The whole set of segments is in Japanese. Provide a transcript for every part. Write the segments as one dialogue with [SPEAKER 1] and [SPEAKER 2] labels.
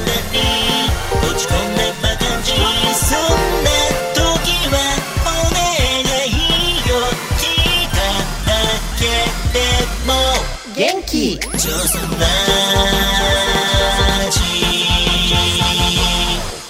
[SPEAKER 1] 落ち込んだバカンジそんな時はお願いよ聞いただけでも
[SPEAKER 2] 元気
[SPEAKER 1] ジョーさんラジ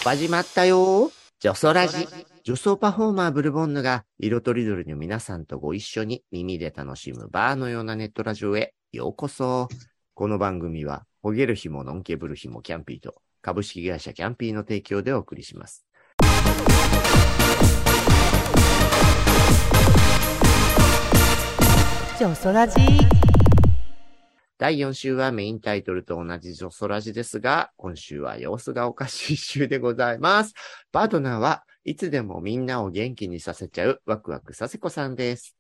[SPEAKER 2] 始まったよジョソラジ女装パフォーマーブルボンヌが色とりどりの皆さんとご一緒に耳で楽しむバーのようなネットラジオへようこそ。この番組は、ほげる日ものんけぶる日もキャンピーと株式会社キャンピーの提供でお送りします。
[SPEAKER 3] ジョソラジ
[SPEAKER 2] 第4週はメインタイトルと同じ女ソラジですが、今週は様子がおかしい週でございます。パートナーはいつでもみんなを元気にさせちゃうワクワクさせこさんです。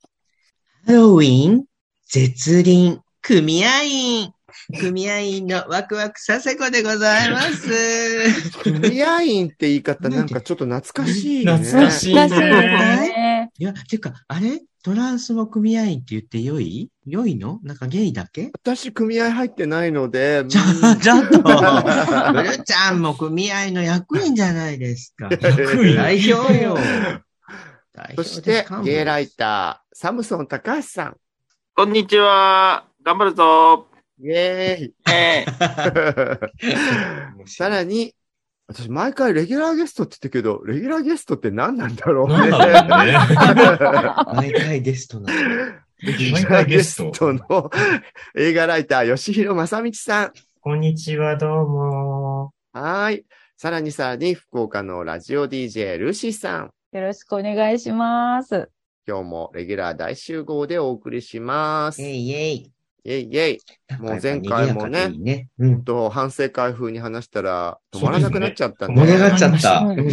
[SPEAKER 3] ハロウィン、絶倫、組合員。組合員のワクワクさせこでございます。
[SPEAKER 2] 組合員って言い方なんかちょっと 懐かしいね。
[SPEAKER 4] 懐かしい
[SPEAKER 5] らしいです
[SPEAKER 4] ね。
[SPEAKER 5] ね。
[SPEAKER 3] いや、てか、あれトランスも組合員って言って良い良いのなんかゲイだけ
[SPEAKER 2] 私、組合入ってないので、
[SPEAKER 3] ちょ
[SPEAKER 2] うん、
[SPEAKER 3] ちょっと、ブルーちゃんも組合の役員じゃないですか。
[SPEAKER 4] 役員
[SPEAKER 3] 代表よ。代表
[SPEAKER 2] そして、ゲイラ
[SPEAKER 3] イ
[SPEAKER 2] イター、サムソン高橋さん。
[SPEAKER 6] こんにちは。頑張るぞ。
[SPEAKER 2] イェ ーイ
[SPEAKER 6] え
[SPEAKER 2] さらに、私、毎回レギュラーゲストって言ってるけど、レギュラーゲストって何なんだろう
[SPEAKER 4] なん
[SPEAKER 2] ね。
[SPEAKER 4] だろうね。
[SPEAKER 3] 毎回ゲストなの。
[SPEAKER 4] 毎回ゲスト。
[SPEAKER 2] の映画ライター、吉弘正道さん。
[SPEAKER 7] こんにちは、どうも。
[SPEAKER 2] はーい。さらにさらに、福岡のラジオ DJ、ルーシーさん。
[SPEAKER 5] よろしくお願いします。
[SPEAKER 2] 今日もレギュラー大集合でお送りします。
[SPEAKER 3] イェ
[SPEAKER 2] イ
[SPEAKER 3] イイェイ。
[SPEAKER 2] ェイイェイ。もう前回もね
[SPEAKER 3] なんかやっぱ賑やかでいいね。うん。
[SPEAKER 2] と、反省会風に話したら、止まらなくなっちゃった
[SPEAKER 4] そう
[SPEAKER 3] 盛り
[SPEAKER 4] です
[SPEAKER 3] 上
[SPEAKER 4] ね
[SPEAKER 3] がっちゃった。
[SPEAKER 5] うんう
[SPEAKER 2] う
[SPEAKER 5] んうん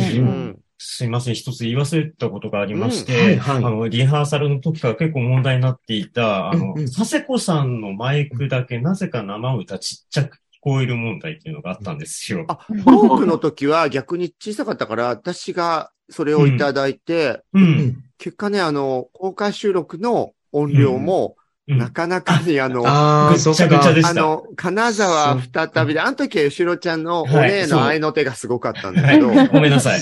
[SPEAKER 2] ん。
[SPEAKER 7] すいません、一つ言い忘れたことがありまし
[SPEAKER 3] はい
[SPEAKER 7] て、
[SPEAKER 3] はい。
[SPEAKER 7] あの、リハーサルの時から結構問題になっていた、あの
[SPEAKER 3] うんう、ん
[SPEAKER 7] 佐世子さんのマイクだけなぜか生歌ちっちゃく聞こえる問題っていうのがあったんですよ。
[SPEAKER 2] あ、トークの時は逆に小さかったから、私がそれをいただいて、
[SPEAKER 3] う
[SPEAKER 7] う。
[SPEAKER 3] んん
[SPEAKER 2] 結果ね、あの、公開収録の音量も、
[SPEAKER 7] うん
[SPEAKER 2] なかなかにあの、あ
[SPEAKER 3] あ
[SPEAKER 7] ぐ
[SPEAKER 3] あ、
[SPEAKER 7] っち
[SPEAKER 3] そ
[SPEAKER 7] ゃ
[SPEAKER 3] っ
[SPEAKER 7] ぐちゃ
[SPEAKER 3] か。
[SPEAKER 7] でした
[SPEAKER 2] の、金沢再びで、あの時は後ろちゃんのお
[SPEAKER 7] は
[SPEAKER 2] 礼
[SPEAKER 7] いそう
[SPEAKER 2] の愛の手がすごかったんだ
[SPEAKER 7] は
[SPEAKER 2] けど、
[SPEAKER 7] い。ごめんなさい。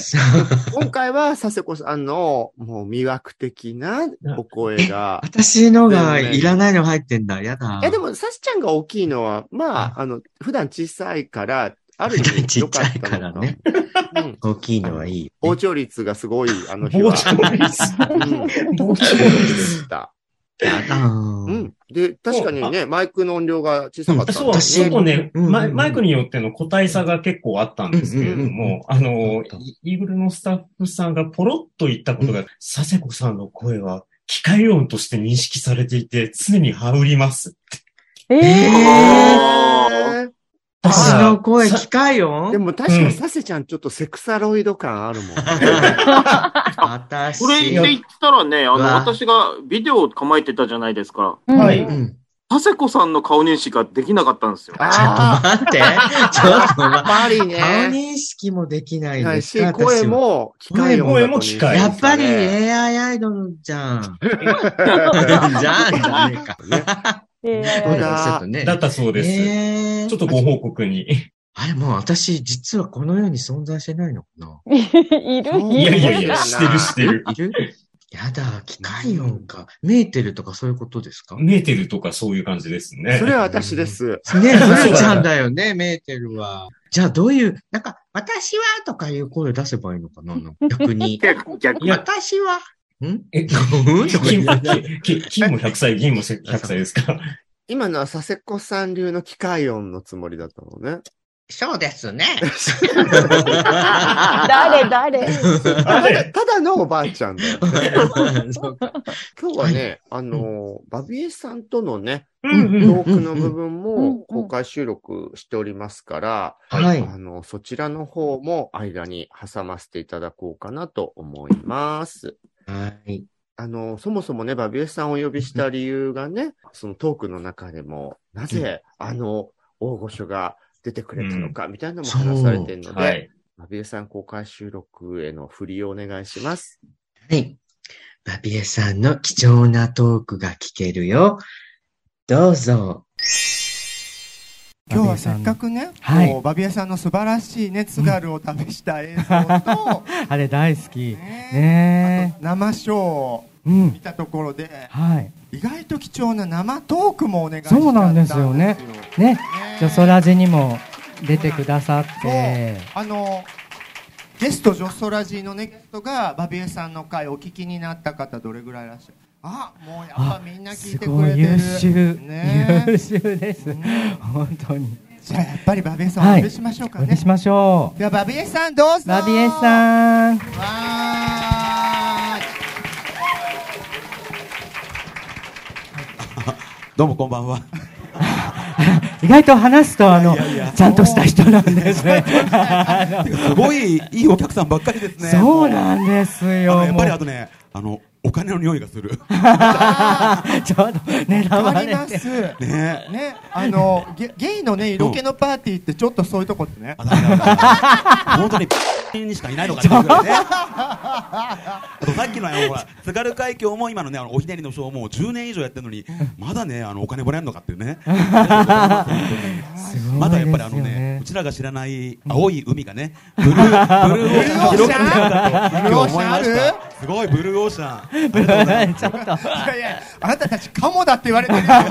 [SPEAKER 2] 今回は佐世子さんのもう魅惑的なお声 が、
[SPEAKER 3] 私のがいらないの入ってんだ。やだ。
[SPEAKER 2] いやでも、サシちゃんが大きいのは、まあ、あの、普段小さいから、ある意味良かったの
[SPEAKER 3] ちっちゃいからね。
[SPEAKER 2] うん。
[SPEAKER 3] 大きいのはいい。
[SPEAKER 2] 膨張率がすごい、あの日は。
[SPEAKER 7] 傍聴率。
[SPEAKER 2] うん
[SPEAKER 7] 傍聴
[SPEAKER 2] そうで
[SPEAKER 7] 率。
[SPEAKER 2] した。う。
[SPEAKER 3] う
[SPEAKER 2] ん。で、確かにね、マイクの音量が小さかったん
[SPEAKER 7] そう、
[SPEAKER 2] だ
[SPEAKER 3] 私
[SPEAKER 7] 結
[SPEAKER 2] よね。
[SPEAKER 7] 構ね、
[SPEAKER 3] うんうんうん
[SPEAKER 7] マイマイクによっての個体差が結構あったんですけれども、あの、イイーグルのスタッフさんがポロッと言ったことが、佐世子さんの声は機械音として認識されていて、常に羽織ります。
[SPEAKER 5] え
[SPEAKER 3] え
[SPEAKER 2] へ
[SPEAKER 3] 私の声
[SPEAKER 7] さ
[SPEAKER 3] 機械
[SPEAKER 2] ーで
[SPEAKER 3] 音
[SPEAKER 2] も確かにサセちゃんちょっとセクサロイド感あるもんね。
[SPEAKER 3] 私。
[SPEAKER 6] これって言ったらね、あの、
[SPEAKER 3] わあ
[SPEAKER 6] 私がビデオを構えてたじゃないですか。
[SPEAKER 5] ー
[SPEAKER 7] はいう
[SPEAKER 5] うん
[SPEAKER 3] ん。
[SPEAKER 6] 佐世子さんの顔認識ができなかったんですよ。
[SPEAKER 3] ちょっと
[SPEAKER 2] あ
[SPEAKER 3] 待 って。ちょっと
[SPEAKER 2] あ、やっ
[SPEAKER 3] 待
[SPEAKER 2] ぱり
[SPEAKER 3] って。顔
[SPEAKER 2] ね。
[SPEAKER 3] 認識もできない
[SPEAKER 2] な
[SPEAKER 3] で
[SPEAKER 2] い
[SPEAKER 3] す
[SPEAKER 2] し、
[SPEAKER 3] か
[SPEAKER 2] 声。も機械音楽
[SPEAKER 7] 声も機械
[SPEAKER 2] にし
[SPEAKER 3] 私はや
[SPEAKER 2] ま
[SPEAKER 3] っ
[SPEAKER 2] した
[SPEAKER 3] ぱり
[SPEAKER 2] ね
[SPEAKER 3] AI アイドル じゃん。じゃん、じゃねえか。
[SPEAKER 5] え
[SPEAKER 2] どう
[SPEAKER 5] ー
[SPEAKER 2] だ
[SPEAKER 3] ちょっとね。
[SPEAKER 7] だったそうです。
[SPEAKER 3] えー
[SPEAKER 7] ちょっとご報告に。
[SPEAKER 3] あれもう私、実はこの世に存在してないのかない
[SPEAKER 5] る、
[SPEAKER 2] そう
[SPEAKER 7] い
[SPEAKER 5] い
[SPEAKER 7] や
[SPEAKER 5] る。
[SPEAKER 7] いやいや、
[SPEAKER 2] い
[SPEAKER 7] し
[SPEAKER 2] や
[SPEAKER 7] てるしてる。
[SPEAKER 3] いるやだ、機械音か。メーテルとかそういうことですかね
[SPEAKER 7] メーテルとかそういう感じですね
[SPEAKER 2] そ。れは私です。
[SPEAKER 3] え、ルーちゃんだよね、メーテルは。じゃあどういう、なんか、私はとかいう声出せばいいのかななんか逆に。
[SPEAKER 6] 逆逆
[SPEAKER 7] いや
[SPEAKER 3] 私は。ん
[SPEAKER 7] え
[SPEAKER 3] うんとか言
[SPEAKER 7] 金
[SPEAKER 3] う
[SPEAKER 7] 金金も100歳、銀も100歳ですか。
[SPEAKER 2] 今のは佐世子さん流の機械音のつもりだったのね。
[SPEAKER 3] そうです ね。
[SPEAKER 5] 誰誰
[SPEAKER 2] た
[SPEAKER 7] あ
[SPEAKER 2] だ
[SPEAKER 7] れ
[SPEAKER 2] ただのおばあちゃん だよ。
[SPEAKER 3] そうか
[SPEAKER 2] 今日はね、あのー、バビエさんとのね、
[SPEAKER 7] うん
[SPEAKER 2] ト
[SPEAKER 7] うん。
[SPEAKER 2] ークの部分
[SPEAKER 5] うんうん
[SPEAKER 2] も公開収録しておりますから、
[SPEAKER 3] はい。
[SPEAKER 2] あの、そちらの方も間に挟ませていただこうかなと思います。
[SPEAKER 3] はい。
[SPEAKER 2] あの、そもそもね、バビエさんをお呼びした理由がね、そのトークの中でも、なぜ、あの、大御所が出てくれたのか、みたいなのも話されてるので、
[SPEAKER 7] はい。
[SPEAKER 2] バビエさん公開収録への振りをお願いします。
[SPEAKER 3] はい。バビエさんの貴重なトークが聞けるよ。どうぞ。
[SPEAKER 8] 今日はせっかくね、
[SPEAKER 9] はい
[SPEAKER 8] こうバビエさんの素晴らしいね、津軽を試した映像と、
[SPEAKER 9] あれ大好き。
[SPEAKER 8] ね
[SPEAKER 9] ね
[SPEAKER 8] あと生ショーを
[SPEAKER 9] え。うん
[SPEAKER 8] 見。たところで、
[SPEAKER 9] はい。
[SPEAKER 8] 意外と貴重な生トークもお願いしたかった
[SPEAKER 9] そうなんですよね
[SPEAKER 8] んですよ
[SPEAKER 9] ね。
[SPEAKER 8] ね
[SPEAKER 9] じゃあ、そらじにも出てくださって。
[SPEAKER 8] あのゲストジョソラジーのねゲストがバビエさんの回お聞きになった方どれぐらいいらっしゃるあもうやっぱみんな聞い
[SPEAKER 9] す
[SPEAKER 8] てく
[SPEAKER 9] ご
[SPEAKER 8] れ
[SPEAKER 9] い
[SPEAKER 8] てる
[SPEAKER 9] 優秀。
[SPEAKER 8] ね
[SPEAKER 9] 優秀です。
[SPEAKER 8] うん
[SPEAKER 9] 本当に。
[SPEAKER 8] じゃあやっぱりバビエさんお呼びしましょう
[SPEAKER 9] お
[SPEAKER 8] か
[SPEAKER 9] 呼
[SPEAKER 8] ね、
[SPEAKER 9] びしましょ
[SPEAKER 8] ではバビエさんどうぞ
[SPEAKER 9] う。ラビエさん。
[SPEAKER 8] わ
[SPEAKER 10] どうもこんばんは。
[SPEAKER 9] 意外と話すと、あの
[SPEAKER 10] いやいや、
[SPEAKER 9] ちゃんとした人なんですね。
[SPEAKER 10] てかすごいいいお客さんばっかりですね。
[SPEAKER 9] そう
[SPEAKER 10] も
[SPEAKER 9] なんです
[SPEAKER 10] うあの
[SPEAKER 9] よ。
[SPEAKER 10] やっぱりあ
[SPEAKER 9] もう
[SPEAKER 10] とね、あの、お金の匂い がする。
[SPEAKER 9] ちょうど
[SPEAKER 8] ー
[SPEAKER 9] 狙わ
[SPEAKER 8] わかり
[SPEAKER 9] れ
[SPEAKER 8] ま
[SPEAKER 9] て。
[SPEAKER 8] す
[SPEAKER 10] ね
[SPEAKER 8] ねあのゲゲイのね色気のパーティーってちょっとそういうとこってね
[SPEAKER 10] あだめだだ本当に、にしかいないのかなっていうぐらいね。あとさっきのね、ほら、津軽海峡も今のね、あのおひねりのショーも10年以上やってるのに、まだね、あの、お金もらえるのかっていうね。まだやっぱりあのね、うちらが知らない青い海がね、ブルー、ブルーオーシャン広がってるんだと、今日思いました。すごい、ブルーオーシャン。
[SPEAKER 9] ブルーちょっと。
[SPEAKER 8] いやいやあなたたちカモだって言われてるんですよ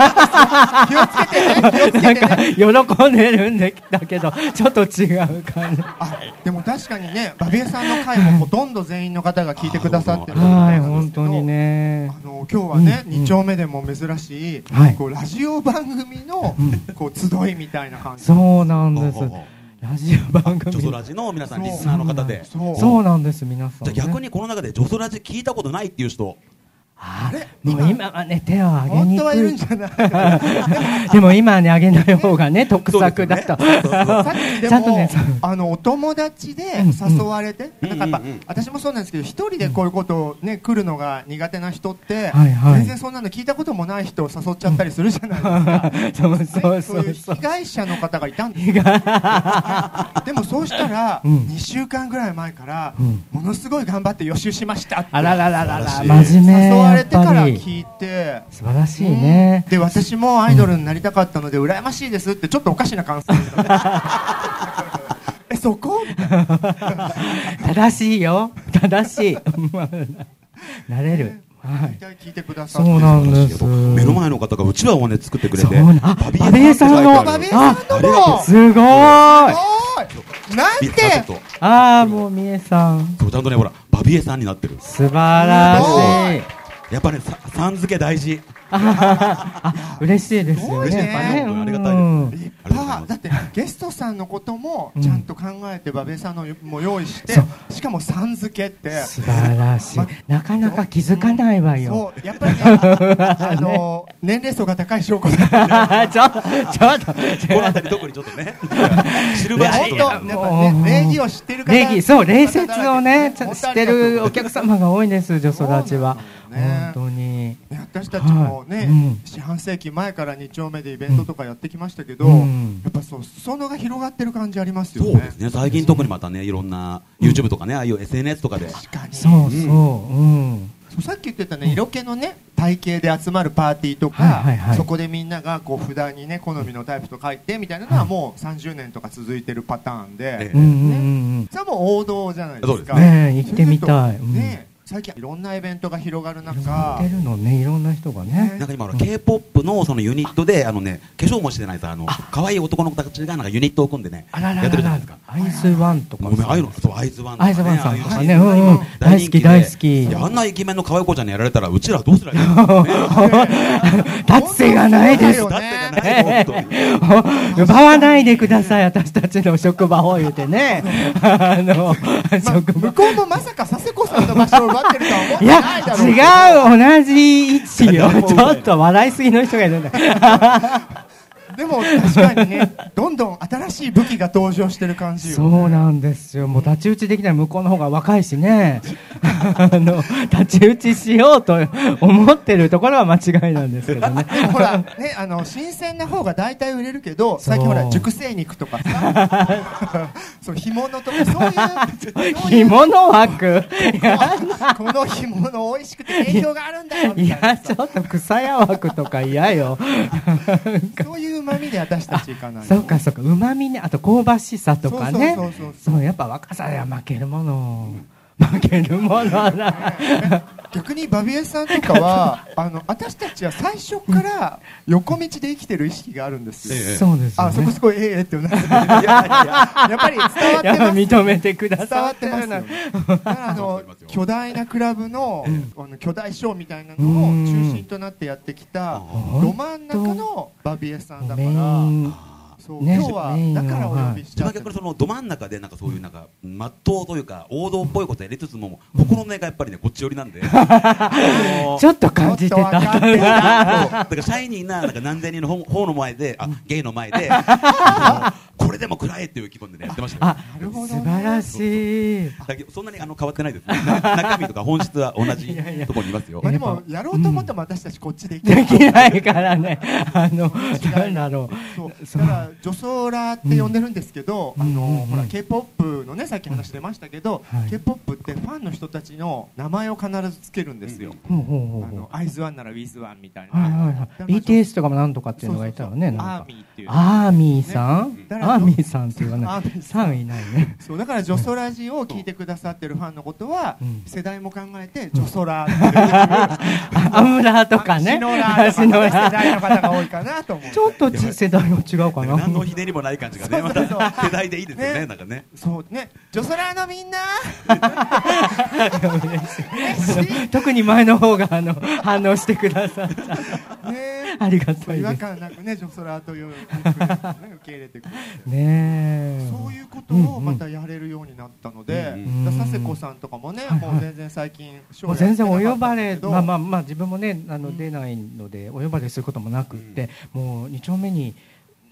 [SPEAKER 8] 気をつけてね気をつけて
[SPEAKER 9] なん
[SPEAKER 8] ね
[SPEAKER 9] か喜んでるんだけど、ちょっと違う感じ。
[SPEAKER 8] あでも確かにね、バビエさんの回もほとんど全員の方が聞いてくださってる
[SPEAKER 9] は
[SPEAKER 8] みたな
[SPEAKER 9] い、
[SPEAKER 8] ん
[SPEAKER 9] 本
[SPEAKER 8] ですけ
[SPEAKER 9] 当
[SPEAKER 8] ど
[SPEAKER 9] に。
[SPEAKER 8] あ
[SPEAKER 9] ね。
[SPEAKER 8] の今日はね、
[SPEAKER 9] うん
[SPEAKER 8] 二丁目でも珍しい、
[SPEAKER 9] はい
[SPEAKER 8] こうラジオ番組のこう集いみたいな感じ。
[SPEAKER 9] そうなんです。
[SPEAKER 10] ジ
[SPEAKER 9] ラジオ番
[SPEAKER 10] ョソ
[SPEAKER 9] 組。
[SPEAKER 10] ラジの皆さん、リスナーの方で。じ
[SPEAKER 8] そう。
[SPEAKER 9] そうなんです、皆さん
[SPEAKER 10] ゃ
[SPEAKER 9] ね。
[SPEAKER 10] あ逆にこの中でジョソラジ聞いたことないっていう人、
[SPEAKER 9] あ
[SPEAKER 8] れ
[SPEAKER 9] もう今はね、手を挙げ
[SPEAKER 8] 本
[SPEAKER 9] に
[SPEAKER 8] 当はいる
[SPEAKER 9] く
[SPEAKER 8] ん
[SPEAKER 9] い。
[SPEAKER 8] じゃないかな。
[SPEAKER 9] でも今はね、挙げない方 がね、得策だと。
[SPEAKER 8] さっきで
[SPEAKER 9] ちゃんと
[SPEAKER 8] も、
[SPEAKER 9] ねそう
[SPEAKER 8] あのお友達で誘われて、
[SPEAKER 10] うん
[SPEAKER 8] なんかやっぱ、
[SPEAKER 10] うんうんうん
[SPEAKER 8] 私もそうなんですけど、一人でこういうことをね、来るのが苦手な人って、
[SPEAKER 9] はいはい
[SPEAKER 8] 全然そんなの聞いたこともない人を誘っちゃったりするじゃないですか。
[SPEAKER 9] そう
[SPEAKER 8] ね
[SPEAKER 9] そ う
[SPEAKER 8] そ
[SPEAKER 9] そう
[SPEAKER 8] いう
[SPEAKER 9] うそう
[SPEAKER 8] 被。害者の方がいたんです
[SPEAKER 9] 被 害
[SPEAKER 8] でもそうしたら、
[SPEAKER 9] うん
[SPEAKER 8] 2週間ぐらい前から、
[SPEAKER 9] うん
[SPEAKER 8] ものすごい頑張って予習しましたって
[SPEAKER 9] あららららら、
[SPEAKER 10] 素晴らし
[SPEAKER 9] 真
[SPEAKER 10] い
[SPEAKER 9] 面目。
[SPEAKER 8] 誘われてか
[SPEAKER 9] やっ
[SPEAKER 8] ら
[SPEAKER 9] ぱり
[SPEAKER 8] 聞いて。
[SPEAKER 9] 素晴らしいね
[SPEAKER 8] うん。で私もアイドルになりたかったので羨ましいですってちょっとおかしな感想 えそこみたいな
[SPEAKER 9] 正しいよ。正 しい。なれる。はい。
[SPEAKER 8] 聞いてくださ
[SPEAKER 9] そ
[SPEAKER 8] って
[SPEAKER 9] うなんです。
[SPEAKER 10] 目の前の方がうちわをね作ってくれ
[SPEAKER 9] そう
[SPEAKER 10] て、
[SPEAKER 9] なあ
[SPEAKER 10] バ
[SPEAKER 9] バ
[SPEAKER 10] ビ
[SPEAKER 9] ビ
[SPEAKER 10] エ
[SPEAKER 9] エ
[SPEAKER 10] さ
[SPEAKER 9] さ
[SPEAKER 10] ん
[SPEAKER 9] ん
[SPEAKER 10] の
[SPEAKER 9] の、
[SPEAKER 8] バビエさんの
[SPEAKER 10] ありがと
[SPEAKER 8] も
[SPEAKER 10] う
[SPEAKER 8] す
[SPEAKER 9] すごーい。
[SPEAKER 8] ごいなん
[SPEAKER 10] 見てちょってと
[SPEAKER 9] ああ、もうみえさん。
[SPEAKER 10] そうちゃんとねほらバビエさんになってる
[SPEAKER 9] 素晴らしい。
[SPEAKER 10] やっぱねささん付け大事
[SPEAKER 9] あはははあ嬉しいですよ
[SPEAKER 8] すごい
[SPEAKER 9] ね。
[SPEAKER 8] ね
[SPEAKER 9] やっぱね
[SPEAKER 10] あり
[SPEAKER 8] 立
[SPEAKER 10] がたいありがとうござい
[SPEAKER 8] 派
[SPEAKER 10] ます
[SPEAKER 8] だってゲストさんのことも
[SPEAKER 9] うん
[SPEAKER 8] ちゃんと考えてバビエさんのも用意して
[SPEAKER 9] そう
[SPEAKER 8] しかもさん付けって
[SPEAKER 9] 素晴らしい
[SPEAKER 8] ま。
[SPEAKER 9] なかなか気づかないわよ。
[SPEAKER 8] そうやっぱりねああの年齢層が高い証拠だ
[SPEAKER 9] ちょっと、ちょっと、
[SPEAKER 10] この辺り特にちょっとねシルバー
[SPEAKER 8] 本
[SPEAKER 10] シ
[SPEAKER 8] 当
[SPEAKER 10] ー
[SPEAKER 8] やっぱ
[SPEAKER 10] ト
[SPEAKER 8] ね礼儀を知ってる方
[SPEAKER 9] 礼儀、そう、礼節をね、ち
[SPEAKER 8] 本当
[SPEAKER 9] ゃん
[SPEAKER 8] に
[SPEAKER 9] と知ってるお客様が多いんです、女
[SPEAKER 8] そうなんで
[SPEAKER 9] 育
[SPEAKER 8] す
[SPEAKER 9] ち
[SPEAKER 8] よ
[SPEAKER 9] は。
[SPEAKER 8] ね
[SPEAKER 9] 本当に。
[SPEAKER 8] ね私たちも
[SPEAKER 9] は
[SPEAKER 8] ね
[SPEAKER 9] いうん
[SPEAKER 8] 四半世紀前から2丁目でイベントとかやってきましたけど
[SPEAKER 9] う
[SPEAKER 8] や
[SPEAKER 9] ん
[SPEAKER 8] っぱそう裾野が広がってる感じありますよ
[SPEAKER 10] そうで
[SPEAKER 8] ね
[SPEAKER 10] すね最近特にまたねいろんな YouTube とかねああいう SNS とかで
[SPEAKER 8] 確かに
[SPEAKER 9] そうそう、うん。
[SPEAKER 8] そうさっき言ってたね色気のね体型で集まるパーティーと
[SPEAKER 9] はいはい
[SPEAKER 8] か
[SPEAKER 9] はい
[SPEAKER 8] そこでみんながこう札にね好みのタイプと書いてみたいなのはもう30年とか続いてるパターンで
[SPEAKER 10] え
[SPEAKER 9] うんうんうん
[SPEAKER 8] それはもう王道じゃないですか
[SPEAKER 9] うん。ねえ、行ってみたい。うん
[SPEAKER 8] ね最近いろんなイベントが広がる
[SPEAKER 9] 行
[SPEAKER 8] 中
[SPEAKER 9] ってるのね、いろんな人がね。
[SPEAKER 10] なんか今ほら K-POP のそのユニットであのね化粧もしてないさあの可愛い男の子たちがなんかユニットを組んでね
[SPEAKER 9] あらら
[SPEAKER 10] や
[SPEAKER 9] ら
[SPEAKER 10] ってるじゃな
[SPEAKER 9] ら
[SPEAKER 10] いですか、
[SPEAKER 9] アイスワンとか
[SPEAKER 10] もうねああいうのそうアイズワンとか
[SPEAKER 9] ア
[SPEAKER 10] ね
[SPEAKER 9] イスワンさんとかね、う
[SPEAKER 10] ああいうん
[SPEAKER 9] うん、大好
[SPEAKER 10] 人気
[SPEAKER 9] き
[SPEAKER 10] で
[SPEAKER 9] 大好き
[SPEAKER 10] いやあんなイケメンの可愛い子ちゃんにやられたらうちらどうすりゃいいの
[SPEAKER 9] 達成がないです
[SPEAKER 8] そう
[SPEAKER 10] だ
[SPEAKER 8] だ
[SPEAKER 10] っ
[SPEAKER 8] よ
[SPEAKER 10] て
[SPEAKER 8] ね
[SPEAKER 10] がない本当に
[SPEAKER 9] お奪わないでください、私たちの職場を言うて ね。あ
[SPEAKER 8] ま
[SPEAKER 9] の、
[SPEAKER 8] あ
[SPEAKER 9] 職場
[SPEAKER 8] 向。こうもまさか佐世子さんの場所を奪ってるとは思っ
[SPEAKER 9] い
[SPEAKER 8] て
[SPEAKER 9] や
[SPEAKER 8] ないだろうけど
[SPEAKER 9] 違う同じ位置よちょっと笑いすぎの人がいるんだ
[SPEAKER 8] でも確かにね、どんどん新しい武器が登場してる感じよ。
[SPEAKER 9] そうなんですよ。もう太刀打ちできない向こうの方が若いしね。 あの、太刀打ちしようと思ってるところは間違いなんですけど ね。
[SPEAKER 8] でもほら、ね、あの新鮮な方が大体売れるけど、最近ほら、
[SPEAKER 9] そう
[SPEAKER 8] 熟成肉とか さ、そう干物とか、そういう、そうい
[SPEAKER 9] 干
[SPEAKER 8] う
[SPEAKER 9] 物枠 や
[SPEAKER 8] この干物美味しくて栄養があるんだよ
[SPEAKER 9] い
[SPEAKER 8] みたい
[SPEAKER 9] や、ちょっと草屋枠とか嫌よ。
[SPEAKER 8] な、そういう旨味で私たちいかない。
[SPEAKER 9] そうかそうか、うまみね、あと香ばしさとかね
[SPEAKER 8] そうそうそう。
[SPEAKER 9] そう、やっぱ若さでは負けるもの。負けるものだ。
[SPEAKER 8] 逆にバビエさんとかはあの私たちは最初から横道で生きてる意識があるんですよ。
[SPEAKER 9] ええそうですよね
[SPEAKER 8] あそこそこええええってうなってるいやいややっぱり伝わって
[SPEAKER 9] やっぱ
[SPEAKER 8] ます。
[SPEAKER 9] 認めてくだ
[SPEAKER 8] 伝わっ
[SPEAKER 9] さってて
[SPEAKER 8] ま
[SPEAKER 9] る
[SPEAKER 8] すよ
[SPEAKER 9] な。
[SPEAKER 8] ね。だからあの巨大なクラブのあの巨大ショーみたいなのを中心となってやってきたど真ん中のバビエさんだか
[SPEAKER 9] メイ
[SPEAKER 8] ら。
[SPEAKER 9] ン
[SPEAKER 8] そう
[SPEAKER 9] ね
[SPEAKER 8] 今日はだからお呼びしちゃっ
[SPEAKER 10] 逆にそのど真ん中でなんかそういうなんかまっとうというか王道っぽいことやりつつも心の根がやっぱりねこっち寄 りなんであのー
[SPEAKER 9] ちょっと感じ
[SPEAKER 8] ち
[SPEAKER 9] て
[SPEAKER 8] ょっとわか
[SPEAKER 9] た
[SPEAKER 8] っ。てる
[SPEAKER 10] だからシャイニーななんか何千人の方方の前で、あゲイの前 で、あのこれでも食らえっていう気分でねやってましたよ。
[SPEAKER 9] あ、素晴らしい。
[SPEAKER 10] だけどそんなにあの変わってないですね。中身とか本質は同じところにいますよ
[SPEAKER 8] ま。あでもやろうと思っても私たちこっちで生きて
[SPEAKER 9] で
[SPEAKER 8] る
[SPEAKER 9] きないからね。あの、
[SPEAKER 8] 違う
[SPEAKER 9] なんだろ
[SPEAKER 8] そう
[SPEAKER 9] そ
[SPEAKER 8] だ
[SPEAKER 9] う
[SPEAKER 8] から女装ラーって呼んでるんですけど、
[SPEAKER 9] うん
[SPEAKER 8] あの、
[SPEAKER 9] うん
[SPEAKER 8] ほ
[SPEAKER 9] う
[SPEAKER 8] ら
[SPEAKER 9] ん
[SPEAKER 8] K-POP のねさっき話出ましたけど、
[SPEAKER 9] はい
[SPEAKER 8] K-POP ってファンの人たちの名前を必ずつけるんですよ。
[SPEAKER 9] う。ほうほうほう
[SPEAKER 8] あ
[SPEAKER 9] ほう
[SPEAKER 8] のアイズワンならウィズワンみたいな。
[SPEAKER 9] はいはいはい。BTS とかもなんとかっていうのがいたわね。
[SPEAKER 8] そうそうそう
[SPEAKER 9] な
[SPEAKER 8] ア
[SPEAKER 9] ん
[SPEAKER 8] ー
[SPEAKER 9] か
[SPEAKER 8] ミーっていう。
[SPEAKER 9] アーミーさん、
[SPEAKER 8] ね
[SPEAKER 9] アーミーさんって言わな
[SPEAKER 8] ア
[SPEAKER 9] い
[SPEAKER 8] ーミー。さ
[SPEAKER 9] さ
[SPEAKER 8] ん
[SPEAKER 9] んいないね。
[SPEAKER 8] そうだから女装ラジを聞いてくださってるファンのことは、
[SPEAKER 9] うん
[SPEAKER 8] 世代も考えて女装ラ ーっていう。
[SPEAKER 9] あアムラーとかね。
[SPEAKER 8] シノラーとか、ね、
[SPEAKER 9] シノ
[SPEAKER 8] 世
[SPEAKER 9] ラ ー
[SPEAKER 8] 代の方が多いかなと思う。
[SPEAKER 9] ちょっとち世代は違うかな。
[SPEAKER 10] 何のひねりもない感じがね、また世代でいいですよね、なんかね。
[SPEAKER 8] そうね、女装ラーのみんな。
[SPEAKER 9] 特に前の方があの反応してくださった。
[SPEAKER 8] ね。
[SPEAKER 9] あり がたい
[SPEAKER 8] 違和
[SPEAKER 9] です。
[SPEAKER 8] 感なくね、女装ラーという、ね、受け入れてくれて。
[SPEAKER 9] ねえ。
[SPEAKER 8] そういうことをまたやれるようになったので、
[SPEAKER 10] うん
[SPEAKER 9] うん
[SPEAKER 8] だから佐世子さんとかもね、
[SPEAKER 9] はいはい
[SPEAKER 8] もう全然最近、
[SPEAKER 9] もう全然お呼ばれ、まあま
[SPEAKER 8] あ、
[SPEAKER 9] あまあ自分もね、あ
[SPEAKER 8] う
[SPEAKER 9] の
[SPEAKER 8] ん
[SPEAKER 9] 出ないので、お呼ばれすることもなくって、もう二丁目に。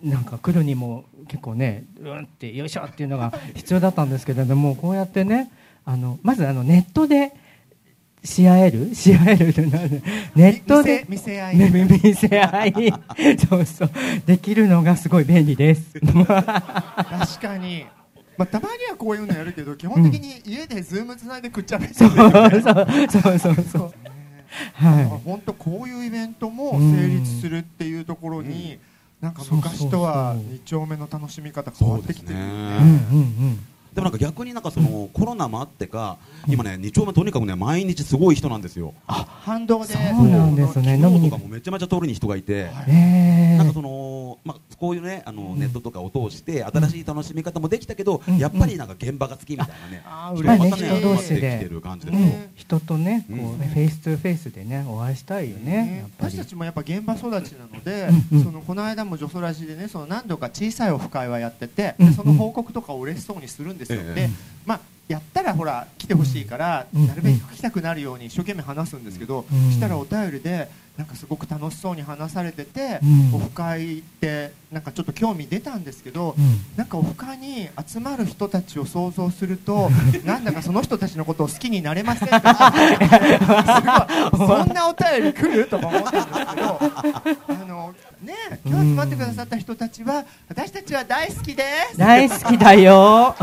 [SPEAKER 9] なんか来るにも結構ね、うんってよいしょっていうのが必要だったんですけれども、こうやってね、あのまずあのネットで。し合える、し合えるってなんで、ネットで。
[SPEAKER 8] 見せ合い、
[SPEAKER 9] ね、見せ合い。そうそう、できるのがすごい便利です。
[SPEAKER 8] 確かに。まあ、たまにはこういうのやるけど、基本的に家でズームつないでくっちゃべって
[SPEAKER 9] そう、
[SPEAKER 8] るよね
[SPEAKER 9] そう、そう、そう、そう。は
[SPEAKER 8] 本当こういうイベントも成立するっていうところに、なんか昔とは
[SPEAKER 9] そうそうそう
[SPEAKER 8] 2丁目の楽しみ方変わってきてるよ
[SPEAKER 9] い。
[SPEAKER 8] ね
[SPEAKER 9] うん、うん、
[SPEAKER 10] でもなんか逆になんかそのコロナもあってか、今ね、二丁目とにかくね、毎日すごい人なんですよ。
[SPEAKER 8] 反動で
[SPEAKER 9] そうなんですね
[SPEAKER 10] 昨
[SPEAKER 9] 飲み
[SPEAKER 10] 日
[SPEAKER 9] に
[SPEAKER 10] とかもめちゃめちゃ通りに人がいて。
[SPEAKER 9] うん。え
[SPEAKER 10] なんか
[SPEAKER 9] え。
[SPEAKER 10] その、まあ、こういうね、あの、ネットとかを通して、新しい楽しみ方もできたけど、
[SPEAKER 9] うん
[SPEAKER 10] やっぱりなんか現場が好きみたいなね。
[SPEAKER 8] あー
[SPEAKER 10] 人
[SPEAKER 9] まあ
[SPEAKER 10] が
[SPEAKER 9] ね、
[SPEAKER 10] また
[SPEAKER 9] 人
[SPEAKER 10] ね、
[SPEAKER 9] 同
[SPEAKER 10] 同士
[SPEAKER 9] 士
[SPEAKER 10] できて
[SPEAKER 9] で。
[SPEAKER 10] る感じ
[SPEAKER 9] う
[SPEAKER 10] で。
[SPEAKER 9] ん、人とね、こう
[SPEAKER 10] うん
[SPEAKER 9] ね、フェイス2フェイスでね、お会いしたいよね。やっぱ
[SPEAKER 8] 私た
[SPEAKER 9] り。
[SPEAKER 8] ちもやっぱ現場育ちなので、
[SPEAKER 9] うんうん
[SPEAKER 8] そのこの間も女装ラジでねその何度か小さいオフ会はやってて、
[SPEAKER 9] うんう
[SPEAKER 8] で
[SPEAKER 9] ん
[SPEAKER 8] その報告とかを嬉しそうにするんですよ、
[SPEAKER 10] ええ
[SPEAKER 8] でまあやったらほら来てほしいから、
[SPEAKER 9] うん
[SPEAKER 8] なるべく来たくなるように一生懸命話すんですけど、
[SPEAKER 9] うん
[SPEAKER 8] したらお便りでなんかすごく楽しそうに話されてて、
[SPEAKER 9] うん
[SPEAKER 8] オフ会ってなんかちょっと興味出たんですけど、
[SPEAKER 9] うん。
[SPEAKER 8] なんかオフ会に集まる人たちを想像する となんだかその人たちのことを好きになれませんかすごいそんなお便り来るとか思ったんですけどあの、ね、今日集まってくださった人たちは私たちは大好きです
[SPEAKER 9] 大好きだよ。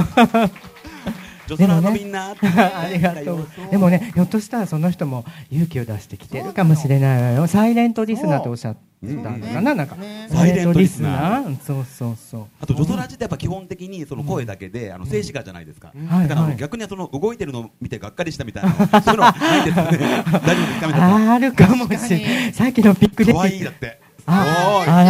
[SPEAKER 10] 女性のみんな。
[SPEAKER 9] あり がとう。でもね、ひょっとしたらその人も勇気を出してきてるかもしれないわよ。サイレントリスナーとおっしゃった
[SPEAKER 10] そう
[SPEAKER 9] の
[SPEAKER 8] ね
[SPEAKER 9] かな、なんか。
[SPEAKER 8] ね
[SPEAKER 10] サイレントリスナ
[SPEAKER 9] ーそうそうそ
[SPEAKER 10] あと、女装ラジってやっぱ基本的に、その声だけで、あの、静止画じゃないですか。
[SPEAKER 9] う。はい
[SPEAKER 10] だからあ
[SPEAKER 9] は
[SPEAKER 10] の
[SPEAKER 9] い。
[SPEAKER 10] 逆にその動いてるのを見てがっかりしたみたいなそういうのはない ですよね大丈夫ですかみたいな
[SPEAKER 9] あるかもしれない。さっきのピックで。
[SPEAKER 10] 可愛いだって
[SPEAKER 9] あ
[SPEAKER 10] おーい
[SPEAKER 9] あ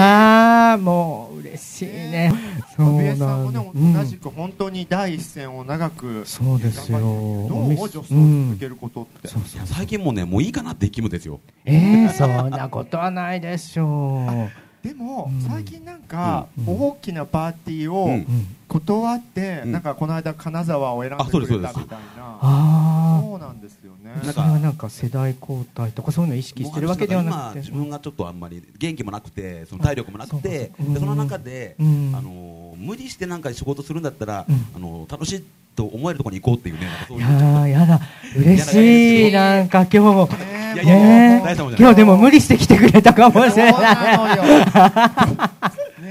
[SPEAKER 9] らー、もう嬉しいね。そ
[SPEAKER 8] 安
[SPEAKER 9] う
[SPEAKER 8] 倍さ
[SPEAKER 9] なん
[SPEAKER 8] も
[SPEAKER 9] んだ
[SPEAKER 8] ね
[SPEAKER 9] う
[SPEAKER 8] 同じ
[SPEAKER 9] ん
[SPEAKER 8] く本当に第一線を長く
[SPEAKER 9] そうですよ。
[SPEAKER 8] 頑張ってるどう女装を
[SPEAKER 9] う
[SPEAKER 8] 続
[SPEAKER 9] ん
[SPEAKER 8] けることって、
[SPEAKER 9] そう
[SPEAKER 10] い
[SPEAKER 9] そう
[SPEAKER 10] や最近もうねもういいかなって気分ですよ
[SPEAKER 9] えー、そんなことはないでしょ
[SPEAKER 8] でも、
[SPEAKER 9] うん
[SPEAKER 8] 最近なんか、
[SPEAKER 9] うん
[SPEAKER 8] 大きなパーティーを、
[SPEAKER 10] う
[SPEAKER 9] う。
[SPEAKER 10] ん
[SPEAKER 9] うん、
[SPEAKER 8] 断って、
[SPEAKER 10] うん
[SPEAKER 8] なんかこの間金沢を選ん
[SPEAKER 10] あ
[SPEAKER 8] で
[SPEAKER 10] そう
[SPEAKER 8] く
[SPEAKER 10] で
[SPEAKER 8] れ
[SPEAKER 10] す
[SPEAKER 8] たみたいな
[SPEAKER 9] あ
[SPEAKER 8] そうなんなんですよね。
[SPEAKER 9] それはなんか世代交代とかそういうのを意識してるわけではなくて
[SPEAKER 10] 今自分がちょっとあんまり元気もなくてその体力もなく
[SPEAKER 9] そ
[SPEAKER 10] て
[SPEAKER 9] うか
[SPEAKER 10] でその中で、
[SPEAKER 9] うん
[SPEAKER 10] あのー無理してなんか仕事するんだったら、あのー楽しいと思えるところに行こうっていうねなんかそう
[SPEAKER 9] い
[SPEAKER 10] いう
[SPEAKER 9] やーやだ嬉しいなんか今日
[SPEAKER 10] いやいやいや
[SPEAKER 9] ね
[SPEAKER 10] 大したもんじゃ
[SPEAKER 9] 今
[SPEAKER 10] ない
[SPEAKER 9] 日でも無理して来てくれたかもしれない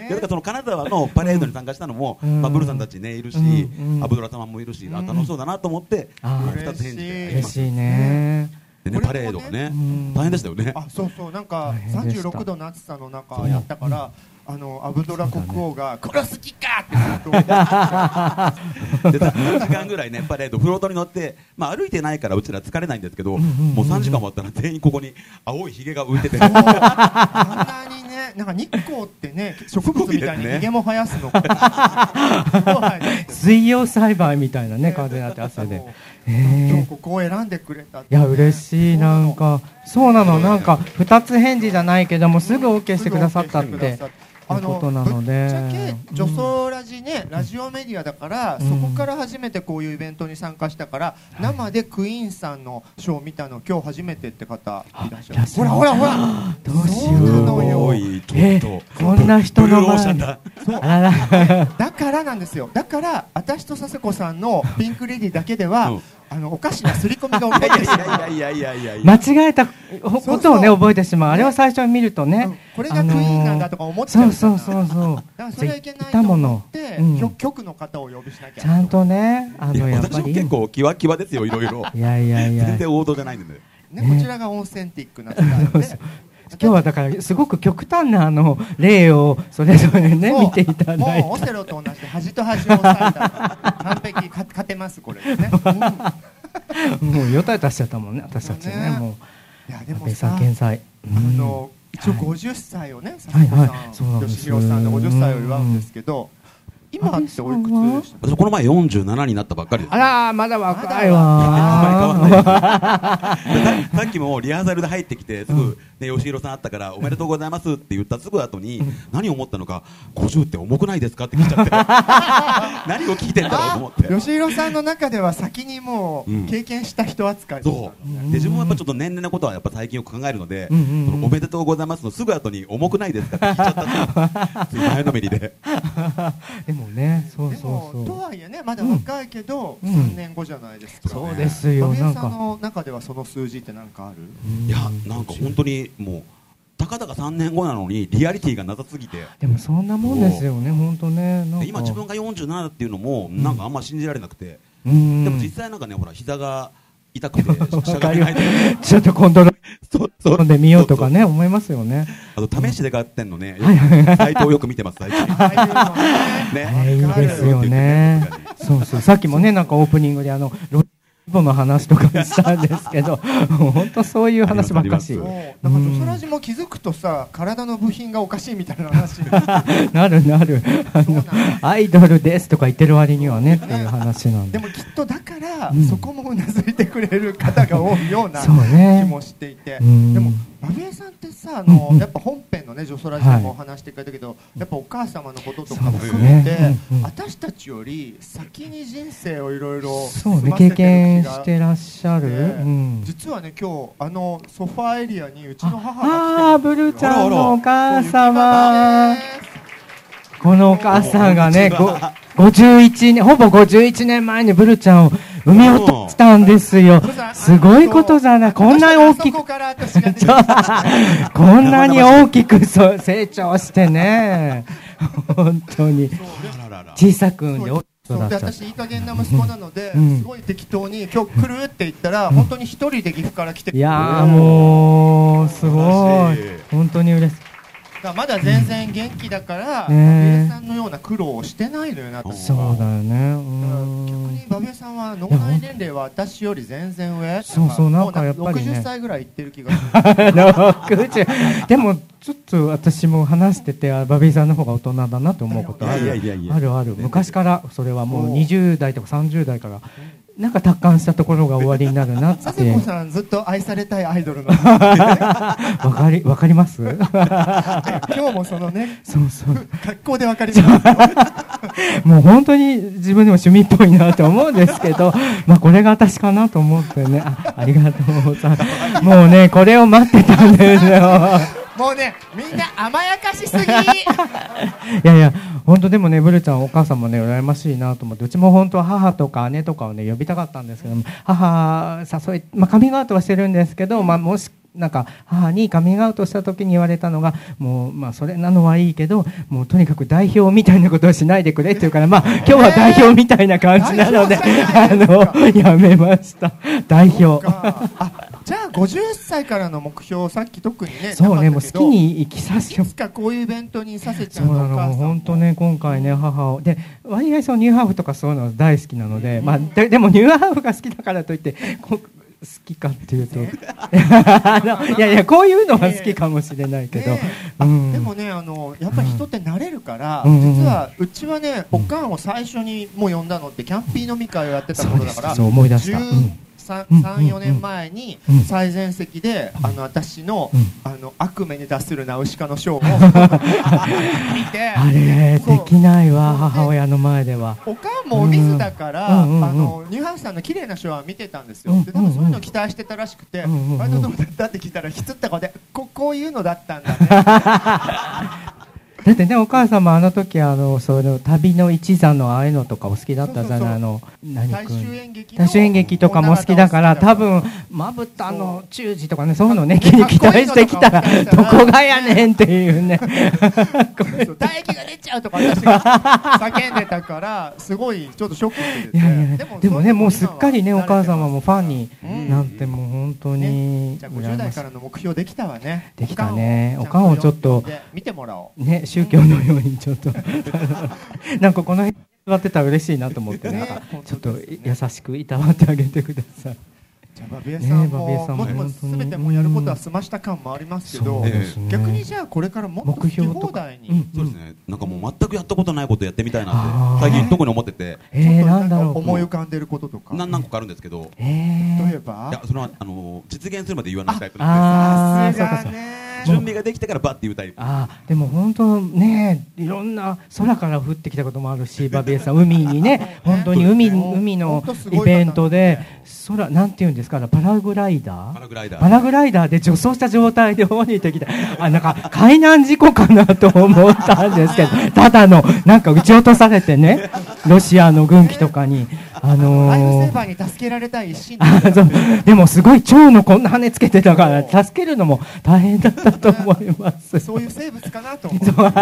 [SPEAKER 10] いやだからその金沢のパレードに参加したのも、まあ、ブルさんたち、ね、いるし、アブドラ様もいるし、あ楽しそうだなと思って、
[SPEAKER 9] あ
[SPEAKER 10] 二つ返事で
[SPEAKER 9] 嬉しいね
[SPEAKER 10] でねパレードがね大変でしたよね。
[SPEAKER 8] そうそうなんか
[SPEAKER 10] 変
[SPEAKER 8] 三
[SPEAKER 10] で
[SPEAKER 8] 十
[SPEAKER 10] した
[SPEAKER 8] 六度の暑さの中やったから、あのアブドラ国王が殺す気かってずっと
[SPEAKER 10] で3時間ぐらいねパレードフロートに乗って、まあ、歩いてないからうちら疲れないんですけど、もう3時間もあったら全員ここに青いひげが浮い てて
[SPEAKER 8] あんなにねなんか日光ってね植物みたいに逃げも生やすの。
[SPEAKER 9] 水曜栽培みたいなね風になって汗で
[SPEAKER 8] 今
[SPEAKER 9] え
[SPEAKER 8] 日ここを選んでくれたって
[SPEAKER 9] いや嬉しいなんかそうなのなんか二つ返事じゃないけどもすぐ OK してくださったっていうことなので
[SPEAKER 8] 女装ラジね、ラジオメディアだから、そこから初めてこういうイベントに参加したから、生でクイーンさんのショーを見たの今日初めてって方いらっしゃるほらほらほら
[SPEAKER 9] どうし
[SPEAKER 8] そうなの
[SPEAKER 9] よ
[SPEAKER 8] よ
[SPEAKER 9] うえこんな人の前にあらら
[SPEAKER 8] だからなんですよだから私と佐世子さんのピンク・レディーだけでは、あのおかしな刷り込みが起こ ってしまう
[SPEAKER 10] いやいやいやいや
[SPEAKER 9] 間違えたほことをね覚えてしまうあれを最初に見るとね
[SPEAKER 8] これがクイーンなんだとか思っちゃう
[SPEAKER 9] そうそうそうそう
[SPEAKER 8] だからそれはいけない
[SPEAKER 9] たもの
[SPEAKER 8] で、
[SPEAKER 9] うん
[SPEAKER 8] 局局の方をお呼びしなきゃ
[SPEAKER 9] ちゃんとねあのやっ
[SPEAKER 10] 私
[SPEAKER 9] ぱ
[SPEAKER 10] も
[SPEAKER 9] り
[SPEAKER 10] 結構キワキワですよいろいろ
[SPEAKER 9] いやいやいや
[SPEAKER 10] 全然王道じゃないんでね
[SPEAKER 8] ね、こちらがオーセンティックな世界で、
[SPEAKER 9] 今日はだからすごく極端なあの例をそれぞれね見ていただい
[SPEAKER 8] もうオ
[SPEAKER 9] て
[SPEAKER 8] セロと同じで端と端を押さえたら完璧か勝てますこれで ね、うんい
[SPEAKER 9] もうよたよたしちゃったもんね私たちねも
[SPEAKER 8] や
[SPEAKER 9] う
[SPEAKER 8] で
[SPEAKER 9] 安
[SPEAKER 8] も
[SPEAKER 9] 倍さ
[SPEAKER 8] さ
[SPEAKER 9] ん健在
[SPEAKER 8] あの一応50歳をね、佐
[SPEAKER 9] はい
[SPEAKER 8] 々木
[SPEAKER 9] はい
[SPEAKER 8] さ
[SPEAKER 9] そうなん
[SPEAKER 8] ん、
[SPEAKER 9] です
[SPEAKER 8] 吉弘さんの50歳を祝うんですけど、今っておいくつでした
[SPEAKER 10] 私この前47になったばっかりです
[SPEAKER 9] あらーまだ若い
[SPEAKER 10] 名前変
[SPEAKER 9] わ
[SPEAKER 10] ささっきもリハーサルで入ってきてすぐ、ね、吉弘さんあったからおめでとうございますって言ったすぐ後に何を思ったのか50って重くないですかって聞いちゃって 何を聞いてんだろうと思って
[SPEAKER 8] 吉弘さんの中では先にも
[SPEAKER 10] うん
[SPEAKER 8] う経験した人扱いだったの
[SPEAKER 10] そう
[SPEAKER 8] ね、
[SPEAKER 10] で自分はやっぱちょっと年齢のことはやっぱ最近よく考えるので、
[SPEAKER 8] うんうんうん
[SPEAKER 10] そのおめでとうございますのすぐ後に重くないですかって聞いちゃった っていう前のめりで
[SPEAKER 9] でもねそうそう
[SPEAKER 8] と
[SPEAKER 9] そう
[SPEAKER 8] はいえねまだ若いけど、
[SPEAKER 9] うん
[SPEAKER 8] 3年後じゃないですか、ね
[SPEAKER 9] そうですよ
[SPEAKER 8] 富江
[SPEAKER 9] な
[SPEAKER 8] さ
[SPEAKER 9] ん
[SPEAKER 8] ん
[SPEAKER 9] か
[SPEAKER 8] の中ではその数字って何かある
[SPEAKER 10] いやなんか本当にもうたかだか3年後なのにリアリティがなさすぎて
[SPEAKER 9] でもそんなもんですよね本当ねなんか
[SPEAKER 10] で今自分が47だっていうのもなんかあんま信じられなくて、
[SPEAKER 9] うん
[SPEAKER 10] でも実際なんかねほら膝が痛くてしゃ
[SPEAKER 9] わ
[SPEAKER 10] が
[SPEAKER 9] か
[SPEAKER 10] め
[SPEAKER 9] り
[SPEAKER 10] な
[SPEAKER 9] ま
[SPEAKER 10] いとかね
[SPEAKER 9] すちょっと今度の飲んでみようとかね思いますよね
[SPEAKER 10] あと試しで買ってんのね
[SPEAKER 9] はいはい
[SPEAKER 10] サイトをよく見てます 最近
[SPEAKER 9] ねいいですよね。そうそう、さっきもね、なんかオープニングであの、ロッボの話とかしたんですけど、本当そういう話ばっかし。
[SPEAKER 8] なんか女装ラジも気づくとさ体の部品がおかしいみたいな 話
[SPEAKER 9] なるなる、あの、アイドルですとか言ってる割にはねっていう話なん
[SPEAKER 8] で
[SPEAKER 9] で。
[SPEAKER 8] もきっとだから、
[SPEAKER 9] うん
[SPEAKER 8] そこもうなずいてくれる方が多いような
[SPEAKER 9] そうね
[SPEAKER 8] 気もしていて、
[SPEAKER 9] うん
[SPEAKER 8] でも馬部さんってさあの、
[SPEAKER 9] うんうん
[SPEAKER 8] やっぱ本編のね女装ラジオもお話してくれたけど、やっぱお母様のこととかも含めて、
[SPEAKER 9] そうですねうんうん
[SPEAKER 8] 私たちより先に人生をいろいろ
[SPEAKER 9] そうね、経験してらっしゃる。うん。
[SPEAKER 8] 実はね今日あのソファーエリアにうちの母
[SPEAKER 9] ああ、ブルーちゃんのお母
[SPEAKER 8] あ
[SPEAKER 9] 様。このお母さんがね、
[SPEAKER 8] こん
[SPEAKER 9] ご
[SPEAKER 8] にちは
[SPEAKER 9] 51年、ほぼ51年前にブルちゃんを産み落としたんですよ。すごいことじゃない。こんなに大きく、 こんなに大きくそう成長してね。本当に。小さく産んで大きく
[SPEAKER 8] そう
[SPEAKER 9] 育
[SPEAKER 8] で
[SPEAKER 9] っちゃっ
[SPEAKER 8] 私いい加減な息子なので、
[SPEAKER 9] うん
[SPEAKER 8] すごい適当に今日来るって言ったら、本当に一人で岐阜から来て
[SPEAKER 9] た。いやーもう、すごい
[SPEAKER 8] 素晴らしい。
[SPEAKER 9] 本当に嬉しい。
[SPEAKER 8] だからまだ全然元気だから、
[SPEAKER 9] う
[SPEAKER 8] バビ
[SPEAKER 9] ん
[SPEAKER 8] エさんのような苦労をしてないのよなと
[SPEAKER 9] そうだよね。うん
[SPEAKER 8] バビエさんは脳内年齢は私より全然上
[SPEAKER 9] そうそうなんかやっぱりね
[SPEAKER 8] もう60歳ぐらいいってる気が する
[SPEAKER 9] 60でもちょっと私も話しててあバビーさんの方が大人だなと思うことあ
[SPEAKER 10] いやい
[SPEAKER 9] る
[SPEAKER 10] やいやいや
[SPEAKER 9] あるある昔からそれはもう20代とか30代からなんか達観したところが終わりになるなって。
[SPEAKER 8] 佐世子さんずっと愛されたいアイドルの
[SPEAKER 9] わかり、わかります
[SPEAKER 8] 今日もそのね
[SPEAKER 9] そうそう。
[SPEAKER 8] 格好でわかりますよ
[SPEAKER 9] もう本当に自分でも趣味っぽいなと思うんですけど、 まあこれが私かなと思ってね、あありがとうございます。もうね、これを待ってたんですよ。
[SPEAKER 8] もうねみんな甘やかし すぎ
[SPEAKER 9] いやいや、本当でもね、ブルちゃん、お母さんもね、羨ましいなと思って、うちも本当は母とか姉とかをね、呼びたかったんですけども、母、誘い、まあ、カミングアウトはしてるんですけど、まあ、もし、なんか母にカミングアウトした時に言われたのがもう、まあ、それなのはいいけどもうとにかく代表みたいなことをしないでくれっていうから、まあ、今日は代表みたいな感じなので、あのやめました代表
[SPEAKER 8] じゃあ50歳からの目標さっき特にね
[SPEAKER 9] そうね
[SPEAKER 8] な
[SPEAKER 9] も
[SPEAKER 8] か
[SPEAKER 9] う
[SPEAKER 8] ったけ
[SPEAKER 9] 好き
[SPEAKER 8] ど
[SPEAKER 9] に生きさせて
[SPEAKER 8] いつかこういうイベントにさせちゃ
[SPEAKER 9] そうう
[SPEAKER 8] の
[SPEAKER 9] な
[SPEAKER 8] お
[SPEAKER 9] の、
[SPEAKER 8] 母さん
[SPEAKER 9] 本当ね、今回ね、母を、で、割合そのニューハーフとか、そういうの大好きなので、まあ、で、でもニューハーフが好きだからといって。こう好きかっていうと、 あのいやいや、こういうのは好きかもしれないけど。うん
[SPEAKER 8] でもねあのやっぱり人って慣れるから、
[SPEAKER 9] うん
[SPEAKER 8] 実はうちはね、おかんを最初にもう呼んだのってキャンピー飲み会をやってた頃だから
[SPEAKER 9] そう思い出した。うん
[SPEAKER 8] 34年前に
[SPEAKER 9] うん
[SPEAKER 8] 最前席で、あの私の,、あの悪夢に脱するナウシカのショーを 見て
[SPEAKER 9] あれ、できないわ、母親の前では。
[SPEAKER 8] おかんもお水だから、
[SPEAKER 9] うんうんうん
[SPEAKER 8] あのニューハーフさんの綺麗なショーは見てたんですよ、で多分そういうのを期待してたらしくて、あれどうだったって聞いたらひつった顔でここういうのだったんだね
[SPEAKER 9] だってね、お母様、あの時、あの、その旅の一座のああいうのとか、お好きだったじゃない、あの。 何君。大衆演
[SPEAKER 8] 劇。
[SPEAKER 9] とかも好きだから、多分、まぶたの中耳とかね、そういうのね、期待してきたら、どこがやねんっていうね。
[SPEAKER 8] そう唾液が出ちゃうとか私が叫んでたからすごいちょっとショック受けてて
[SPEAKER 9] いやいや でもね、もうすっかりね、お母様もファンになって、もう本当に
[SPEAKER 8] じゃあ
[SPEAKER 9] 羨
[SPEAKER 8] 50
[SPEAKER 9] ま
[SPEAKER 8] 代
[SPEAKER 9] しい
[SPEAKER 8] からの目標できたわね
[SPEAKER 9] できたね。おかんをちょっと、
[SPEAKER 8] 見てもらおう
[SPEAKER 9] ね、宗教のようにちょっと、 なんかこの辺座ってたら嬉しいなと思って、なんか、ちょっと優しくいたわってあげてください。
[SPEAKER 8] じゃあバビエさん
[SPEAKER 9] ねえバ
[SPEAKER 8] も,、
[SPEAKER 9] ビエさんも
[SPEAKER 8] もうもう全てもうやることは済ました感もありますけど、
[SPEAKER 10] そうですね
[SPEAKER 8] 逆にじゃあこれからもっと好き放題に
[SPEAKER 10] そうですね。なんかもう全くやったことないことやってみたいなって、最近特に思ってて。
[SPEAKER 9] えー、なんだろう。
[SPEAKER 8] 思い浮かんでることとか。
[SPEAKER 10] 何何個かあるんですけど。
[SPEAKER 8] 例えば
[SPEAKER 10] いや、それは、あの、実現するまで言わないタイプ
[SPEAKER 9] あ
[SPEAKER 10] な
[SPEAKER 9] あー、
[SPEAKER 10] んで。
[SPEAKER 9] そうかそうか。
[SPEAKER 10] 準備ができてからバッて言うタイプ。
[SPEAKER 9] ああでも本当ねいろんな空から降ってきたこともあるしバビエさん海にね本当に海海のイベントで空なんていうんですかあのパラグライダーパラ
[SPEAKER 10] グライダ
[SPEAKER 9] ーパラグライダーで助走した状態で降りてきたあなんか海難事故かなと思ったんですけどただのなんか撃ち落とされてねロシアの軍機とかにあの
[SPEAKER 8] ライフ
[SPEAKER 9] ー
[SPEAKER 8] セーバーに助けられたい一心で
[SPEAKER 9] あ そうでもすごい蝶のこんな羽つけてたから助けるのも大変だったと思います。
[SPEAKER 8] そういう生物かなと思うんですよね。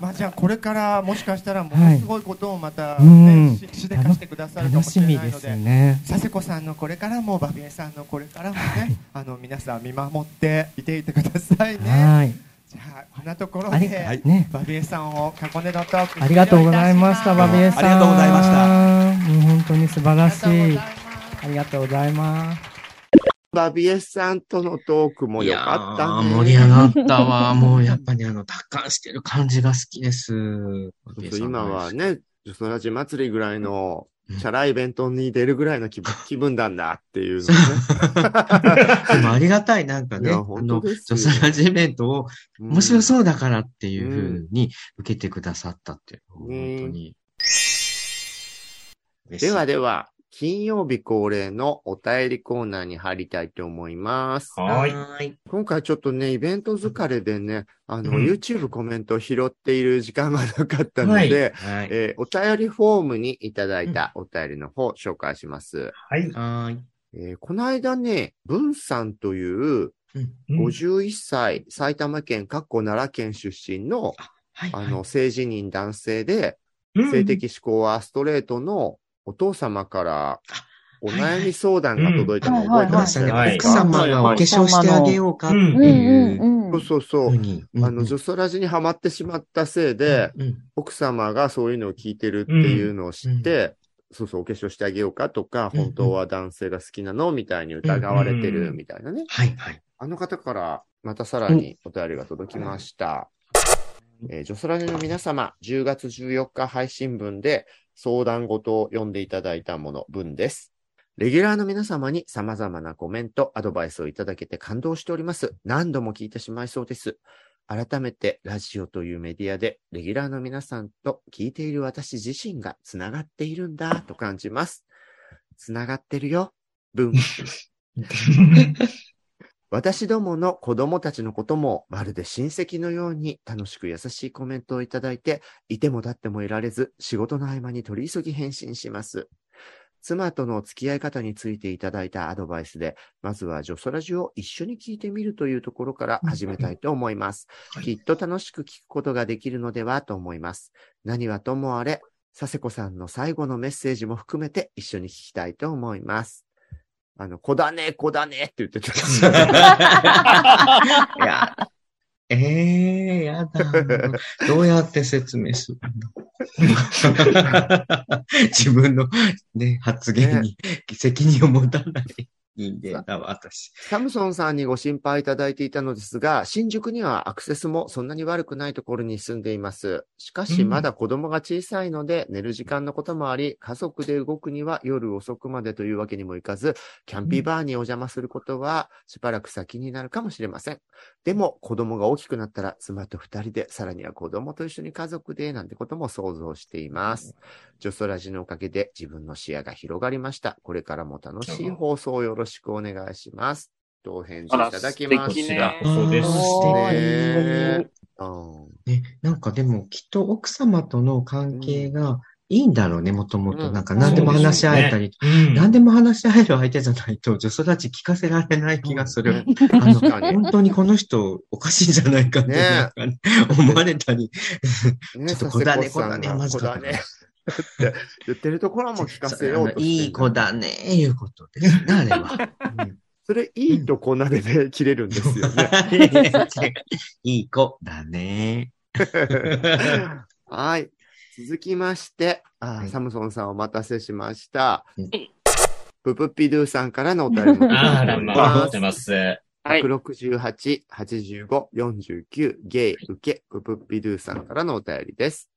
[SPEAKER 8] まあじゃあこれからもしかしたらものすごいことをまた、ね
[SPEAKER 9] うん
[SPEAKER 8] ししでかしてくださるかもしれないの
[SPEAKER 9] 楽しみ
[SPEAKER 8] で
[SPEAKER 9] ですね
[SPEAKER 8] 佐世子さんのこれからもバビエさんのこれからもね、あの皆さん見守っていていてくださいね。
[SPEAKER 9] はい
[SPEAKER 8] じゃあこんなところ
[SPEAKER 9] あ
[SPEAKER 8] で、
[SPEAKER 9] りはいね
[SPEAKER 8] バビエさんを囲んでのトーク
[SPEAKER 9] ありがとうございました、バビエさん。
[SPEAKER 10] ありがとうございました
[SPEAKER 9] もう本当に素晴らしい。ありがとうございます。
[SPEAKER 2] バビエスさんとのトークもよかった
[SPEAKER 3] あ
[SPEAKER 2] ね。
[SPEAKER 3] 盛り上がったわ。 もうやっぱりあの、達観してる感じが好きです。
[SPEAKER 2] そうそう今はね、女装ラジ祭りぐらいの、チャライベントに出るぐらいの気 分気分なんだっていうの
[SPEAKER 3] でもありがたい、なんかね、
[SPEAKER 2] い
[SPEAKER 3] あ
[SPEAKER 2] や本当
[SPEAKER 3] の、
[SPEAKER 2] で
[SPEAKER 3] 女
[SPEAKER 2] すよ
[SPEAKER 3] 性ラジイベントを
[SPEAKER 2] うん
[SPEAKER 3] 面白そうだからっていうふうに受けてくださったっていう。
[SPEAKER 2] ね。
[SPEAKER 3] 本当に。
[SPEAKER 2] ではでは、金曜日恒例のお便りコーナーに入りたいと思います。
[SPEAKER 4] は
[SPEAKER 3] ーい。
[SPEAKER 2] 今回ちょっとね、イベント疲れでね、あの、
[SPEAKER 4] うん
[SPEAKER 2] YouTube コメントを拾っている時間がなかったので、
[SPEAKER 3] はい
[SPEAKER 2] えーお便りフォームにいただいたお便りの方を紹介します。
[SPEAKER 4] はい。
[SPEAKER 3] はい。
[SPEAKER 2] えーこの間ね、文さんという、
[SPEAKER 4] うん
[SPEAKER 2] 51歳、埼玉県、かっこ奈良県出身の、あの、性自認男性で、
[SPEAKER 4] うん
[SPEAKER 2] 性的指向はストレートのお父様から、お悩み相談が届いたのを覚えてらっしゃいますか、
[SPEAKER 3] うんはいはいはいはい奥様がお化粧してあげようかっていう
[SPEAKER 2] うんそうそうそう。あの、女装ラジにはまってしまったせいで、奥様がそういうのを聞いてるっていうのを知って、そうそう、お化粧してあげようかとか、
[SPEAKER 3] うん
[SPEAKER 2] 本当は男性が好きなのみたいに疑われてるみたいなね。
[SPEAKER 3] はい、はい。
[SPEAKER 2] あの方から、またさらにお便りが届きました。えー、女装ラジの皆様、10月14日配信分で、相談事を読んでいただいたもの、文です。レギュラーの皆様に様々なコメント、アドバイスをいただけて感動しております。何度も聞いてしまいそうです。改めて、ラジオというメディアで、レギュラーの皆さんと聞いている私自身がつながっているんだと感じます。つながってるよ、文。私どもの子供たちのこともまるで親戚のように楽しく優しいコメントをいただいて、いても立ってもいられず、仕事の合間に取り急ぎ返信します。妻とのお付き合い方についていただいたアドバイスで、まずはジョソラジを一緒に聞いてみるというところから始めたいと思います。きっと楽しく聞くことができるのではと思います。何はともあれ、佐世子さんの最後のメッセージも含めて一緒に聞きたいと思います。あの、子だね、子だねって言って た。
[SPEAKER 3] いや、ええー、やだ。どうやって説明する の自分の、ね、発言に責任を持たない人間だわ、私。
[SPEAKER 2] サムソンさんにご心配いただいていたのですが、新宿にはアクセスもそんなに悪くないところに住んでいます。しかし、
[SPEAKER 3] うん
[SPEAKER 2] まだ子供が小さいので、寝る時間のこともあり、家族で動くには夜遅くまでというわけにもいかず、キャンピーバーにお邪魔することはしばらく先になるかもしれません。でも、子供が大きくなったら、妻と二人で、さらには子供と一緒に家族で、なんてことも想像しています。ジョソラジのおかげで自分の視野が広がりました。これからも楽しい放送をよろしくお願いします。とお返事いただきまし
[SPEAKER 6] あ
[SPEAKER 2] た
[SPEAKER 6] ら。
[SPEAKER 7] そうです
[SPEAKER 3] 素敵
[SPEAKER 2] ねうん
[SPEAKER 3] ね、なんかでもきっと奥様との関係がいいんだろうね、もともと。なんか何でも話し合えたり、
[SPEAKER 7] うん。
[SPEAKER 3] 何でも話し合える相手じゃないと、女育ち聞かせられない気がする。あの、
[SPEAKER 2] 確かに
[SPEAKER 3] 本当にこの人おかしいんじゃないかって、
[SPEAKER 2] ね
[SPEAKER 3] なんかね思われたり。
[SPEAKER 2] ね、
[SPEAKER 3] ちょっと子だね
[SPEAKER 2] 佐世子さんが
[SPEAKER 3] 子
[SPEAKER 2] 子
[SPEAKER 3] だ
[SPEAKER 2] だ
[SPEAKER 3] ね
[SPEAKER 2] ね。って言ってるところも聞かせようとしてる
[SPEAKER 3] そうあのいい子だね、いうことですね、あれ は。
[SPEAKER 2] それ、いいとこなでで切れるんですよ ね。
[SPEAKER 3] いい子だね。
[SPEAKER 2] はい。続きまして、あーサムソンさんお待たせしました
[SPEAKER 3] うん。
[SPEAKER 2] ププピドゥさんからのお便りも
[SPEAKER 7] あ
[SPEAKER 2] い
[SPEAKER 7] あ
[SPEAKER 2] て
[SPEAKER 7] ら
[SPEAKER 2] おり
[SPEAKER 7] まあ、待
[SPEAKER 2] ま
[SPEAKER 7] っ
[SPEAKER 2] す
[SPEAKER 7] て。ます。あ
[SPEAKER 6] はい。
[SPEAKER 2] 168、85、49、ゲイ、受け、ププッピドゥさんからのお便りです。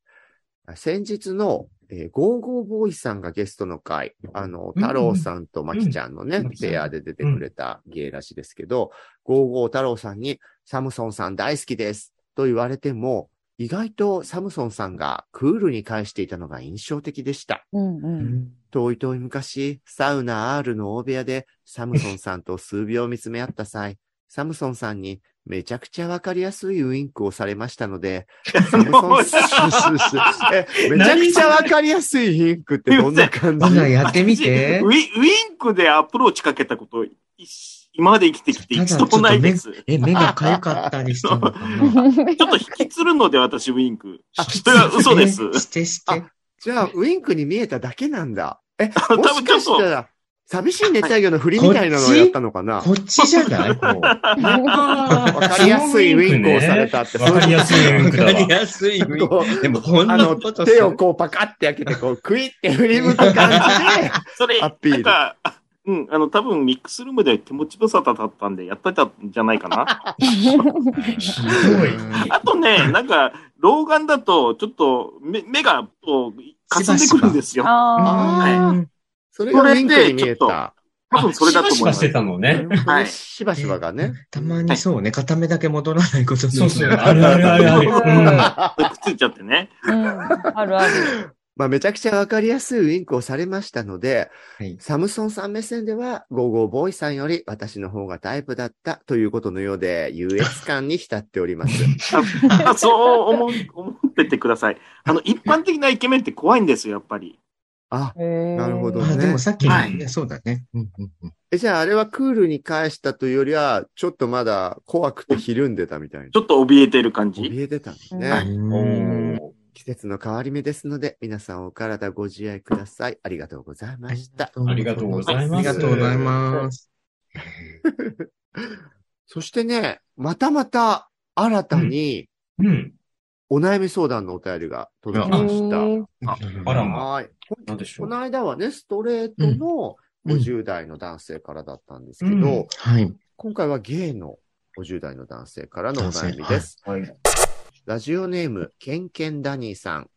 [SPEAKER 2] あ先日の、えーゴーゴーボーイさんがゲストの回、あの、
[SPEAKER 7] うん
[SPEAKER 2] 太郎さんとまきちゃんのね、
[SPEAKER 7] うん
[SPEAKER 2] ペアで出てくれたゲイらしいですけど、ゴーゴー太郎さんに、サムソンさん大好きですと言われても、意外とサムソンさんがクールに返していたのが印象的でした。
[SPEAKER 5] うんうん。
[SPEAKER 2] 遠い遠い昔、サウナ R の大部屋でサムソンさんと数秒見つめ合った 際、サムソンさんにめちゃくちゃわかりやすいウインクをされましたの で、サムソンさんえ、めちゃくちゃわかりやすいウインクってどんな感
[SPEAKER 3] ほ
[SPEAKER 2] じ
[SPEAKER 3] ら、やって みて
[SPEAKER 6] ウ。ィウィンクでアプローチかけたこと、一今まで生きてきて一度もないです。ち
[SPEAKER 3] え、目がかゆかったりしたのかな
[SPEAKER 6] ょっと引きつるので私、ウィンク。それは嘘です。
[SPEAKER 3] えしてして。
[SPEAKER 2] じゃあ、ウインクに見えただけなんだ。え、
[SPEAKER 6] 多
[SPEAKER 2] もし
[SPEAKER 6] 分ちょ
[SPEAKER 2] か
[SPEAKER 6] っ
[SPEAKER 2] した
[SPEAKER 6] と、
[SPEAKER 2] ら、寂しい熱帯魚の振りみたいなのをやったのかな
[SPEAKER 3] こっちじ ゃないこう。わ
[SPEAKER 7] あ
[SPEAKER 2] わかりやすいウインクをされたって、
[SPEAKER 7] わかりやすいウィンクだ
[SPEAKER 3] かり
[SPEAKER 7] わ。
[SPEAKER 3] やすいウィン
[SPEAKER 2] こう
[SPEAKER 3] ク。でも、こん
[SPEAKER 2] あ
[SPEAKER 3] な
[SPEAKER 2] の、
[SPEAKER 3] ことする
[SPEAKER 2] 手をこうパカって開けて、こう、クイって振り向く感じで、
[SPEAKER 6] それ、
[SPEAKER 2] アピー
[SPEAKER 6] な
[SPEAKER 2] ル
[SPEAKER 6] んか、うん、あの、多分ミックスルームで手持ち無沙汰だったんで、やってたんじゃないかな。
[SPEAKER 7] ひどい。
[SPEAKER 6] あとね、なんか、老眼だと、ちょっと目、目が、こう、かすんでくるんですよ。
[SPEAKER 5] あ
[SPEAKER 2] あーそれがウインクに見えた。
[SPEAKER 6] 多分それだと思い
[SPEAKER 7] あしばしば
[SPEAKER 6] ま
[SPEAKER 7] し
[SPEAKER 6] す
[SPEAKER 7] て。たのね。
[SPEAKER 6] はい
[SPEAKER 2] しばしばがね。
[SPEAKER 3] たまにそうね、片目だけ戻らないことに
[SPEAKER 7] そうそう。あるあるあるある。
[SPEAKER 6] くっついちゃってね。
[SPEAKER 5] あ。うん。あるある。
[SPEAKER 2] まあ、めちゃくちゃわかりやすいウインクをされましたので、
[SPEAKER 3] はい
[SPEAKER 2] サムソンさん目線では、ゴーゴーボーイさんより私の方がタイプだったということのようで、優越感に浸っております。
[SPEAKER 6] あそう思う思っててください。あの、一般的なイケメンって怖いんですよ、やっぱり。
[SPEAKER 2] あ、
[SPEAKER 5] な
[SPEAKER 2] なるほど
[SPEAKER 3] まあでもさっき
[SPEAKER 6] は
[SPEAKER 3] のね、
[SPEAKER 6] い
[SPEAKER 3] そうだね。うんうんうん
[SPEAKER 2] えじゃああれはクールに返したというよりは、ちょっとまだ怖くてひるんでたみたいな
[SPEAKER 6] ち。ょっと怯えてる感じ。
[SPEAKER 2] 怯えてたんです
[SPEAKER 5] は
[SPEAKER 2] ね。
[SPEAKER 3] うん
[SPEAKER 2] 季節の変わり目ですので、皆さんお体ご自愛ください。ありがとうございました。
[SPEAKER 7] ありがとうございます
[SPEAKER 3] ありがとうございます。
[SPEAKER 2] そしてね、またまた新たに
[SPEAKER 7] うん。
[SPEAKER 2] お悩み相談のお便りが届きました。
[SPEAKER 7] あらま。
[SPEAKER 2] はい。
[SPEAKER 7] なんでしょ
[SPEAKER 2] こ
[SPEAKER 7] う。
[SPEAKER 2] の間はね、ストレートの
[SPEAKER 3] うん
[SPEAKER 2] 50代の男性からだったんですけど、
[SPEAKER 7] うん
[SPEAKER 3] はい。
[SPEAKER 2] 今回はゲイの50代の男性からのお悩みです。
[SPEAKER 7] はい。
[SPEAKER 2] ラジオネーム、ケンケンダニーさん。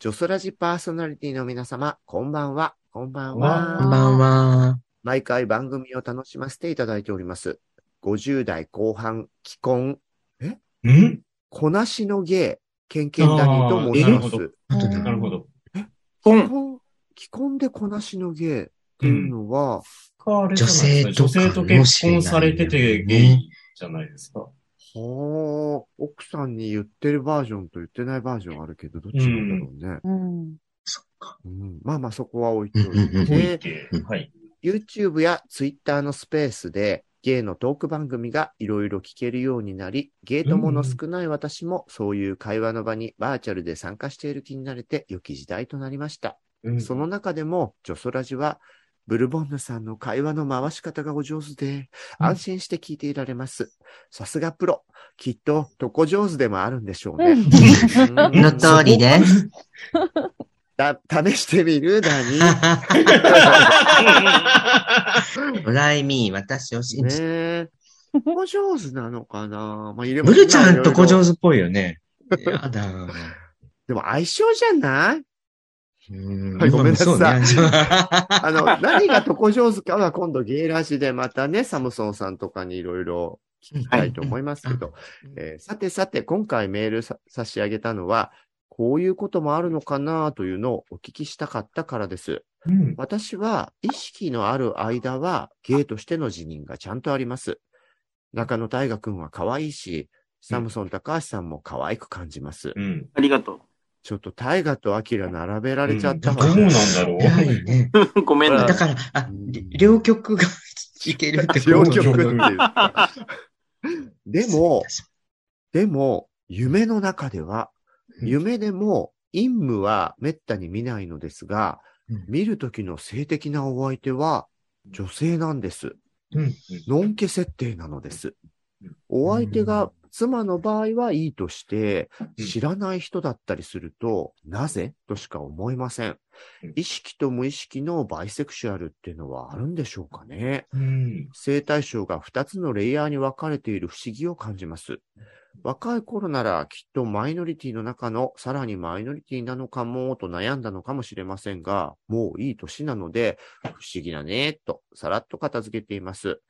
[SPEAKER 2] ジョソラジパーソナリティの皆様、こんばんは。こんばんは。
[SPEAKER 3] こんばんは。
[SPEAKER 2] 毎回番組を楽しませていただいております。50代後半、既婚。え
[SPEAKER 7] ん
[SPEAKER 2] こなしの芸、ケンケンダニーと申します。
[SPEAKER 7] あーな るほど。
[SPEAKER 2] 既婚、既婚でこなしの芸っていうのは、
[SPEAKER 7] 女女性と結婚されててゲイじゃないですか。
[SPEAKER 2] はあ、奥さんに言ってるバージョンと言ってないバージョンあるけど、どっちなんだろうね。
[SPEAKER 5] うん。
[SPEAKER 2] うんまあまあそこは置いておい
[SPEAKER 7] うんうんうん置い
[SPEAKER 2] て、
[SPEAKER 7] はい。
[SPEAKER 2] YouTube や Twitter のスペースで、ゲイのトーク番組がいろいろ聞けるようになり、ゲイ友の少ない私もそういう会話の場にバーチャルで参加している気になれて良き時代となりました。
[SPEAKER 7] うん
[SPEAKER 2] その中でも、ジョソラジは、ブルボンヌさんの会話の回し方がお上手で、安心して聞いていられます。さすがプロ。きっと、とこ上手でもあるんでしょうね。うん
[SPEAKER 3] の通りです。
[SPEAKER 2] だ、試してみるだに。
[SPEAKER 3] ドライミー、私を 信
[SPEAKER 2] ね
[SPEAKER 3] じて。
[SPEAKER 2] え。小上手なのかなまあ、入れ
[SPEAKER 3] ブルちゃんと小上
[SPEAKER 2] 手。
[SPEAKER 3] 手っぽいよね。やだ。
[SPEAKER 2] でも相性じゃないはい
[SPEAKER 3] い
[SPEAKER 2] ごめんなさい
[SPEAKER 3] い。
[SPEAKER 2] あの、何がとこ上手かは今度ゲイラジでまたね、サムソンさんとかにいろいろ聞きたいと思いますけど、えーさてさて、今回メールさ差し上げたのは、こういうこともあるのかなというのをお聞きしたかったからです。
[SPEAKER 7] うん。
[SPEAKER 2] 私は意識のある間はゲイとしての自認がちゃんとあります。中野大河君は可愛いし、サムソン高橋さんも可愛く感じます。
[SPEAKER 7] うん。
[SPEAKER 6] ありがと
[SPEAKER 2] ちょっと大河とアキラ並べられちゃった
[SPEAKER 7] どう
[SPEAKER 2] わ
[SPEAKER 7] なん
[SPEAKER 2] ね
[SPEAKER 7] だろう。
[SPEAKER 3] やはりね。
[SPEAKER 6] う。ごめんな
[SPEAKER 3] だ
[SPEAKER 6] さ
[SPEAKER 3] か
[SPEAKER 6] い。
[SPEAKER 3] ら、あ、両極がいけるってこと
[SPEAKER 2] 両極っていうか。でも、でも、夢の中では、夢でも陰夢は滅多に見ないのですが、
[SPEAKER 3] うん
[SPEAKER 2] 見る時の性的なお相手は女性なんです。
[SPEAKER 7] うんうん
[SPEAKER 2] ノンケ設定なのです。お相手が妻の場合はいいとして、
[SPEAKER 7] うん
[SPEAKER 2] 知らない人だったりすると、なぜとしか思いません
[SPEAKER 7] うん。
[SPEAKER 2] 意識と無意識のバイセクシュアルっていうのはあるんでしょうかね。
[SPEAKER 7] うん。
[SPEAKER 2] 生体症が2つのレイヤーに分かれている不思議を感じます。若い頃ならきっとマイノリティの中のさらにマイノリティなのかもと悩んだのかもしれませんが、もういい年なので不思議だねとさらっと片付けています。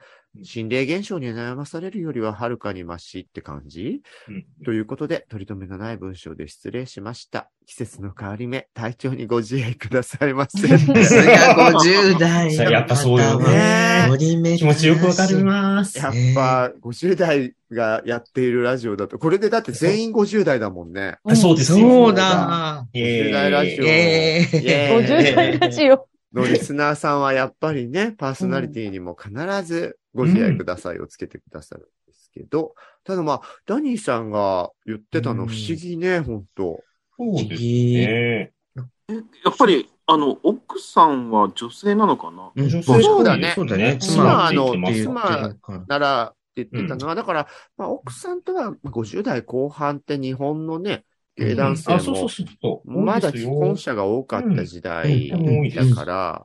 [SPEAKER 2] 心霊現象に悩まされるよりははるかにマシって感じ
[SPEAKER 7] うん
[SPEAKER 2] ということで、取り留めのない文章で失礼しました。季節の変わり目、体調にご自愛くださいませ。
[SPEAKER 3] さすが50代の方は。
[SPEAKER 7] やっぱそうよ
[SPEAKER 2] ね
[SPEAKER 3] 折り目正しい
[SPEAKER 7] 気持ちよくわかります。
[SPEAKER 2] やっぱ、50代がやっているラジオだと、これでだって全員50代だもん ね。
[SPEAKER 5] うん
[SPEAKER 7] そうですよ。
[SPEAKER 3] そうだ。
[SPEAKER 2] 50代ラジオ
[SPEAKER 3] えー
[SPEAKER 2] イ
[SPEAKER 5] 50
[SPEAKER 2] エーイ
[SPEAKER 5] 代ラジオ。
[SPEAKER 2] のリスナーさんはやっぱりね、パーソナリティにも必ずご自愛くださいをつけてくださるんですけど、ただまあ、ダニーさんが言ってたの不思議ね、本当
[SPEAKER 7] そうです
[SPEAKER 3] え
[SPEAKER 7] ね。
[SPEAKER 6] やっぱり、あの、奥さんは女性なのかな
[SPEAKER 3] ー
[SPEAKER 7] 女性
[SPEAKER 2] そうだね
[SPEAKER 3] そうだね。
[SPEAKER 2] 妻はあの
[SPEAKER 7] 妻って言ってま
[SPEAKER 2] 妻なら、って言ってたのは、だから、まあ、奥さんとは50代後半って日本のね、芸男
[SPEAKER 7] す
[SPEAKER 2] 性
[SPEAKER 7] あ、そうそ
[SPEAKER 2] も
[SPEAKER 7] うそう。
[SPEAKER 2] まだ
[SPEAKER 7] 多いです
[SPEAKER 2] 既
[SPEAKER 7] よ
[SPEAKER 2] 婚者が多かった時代だから、
[SPEAKER 7] うんうん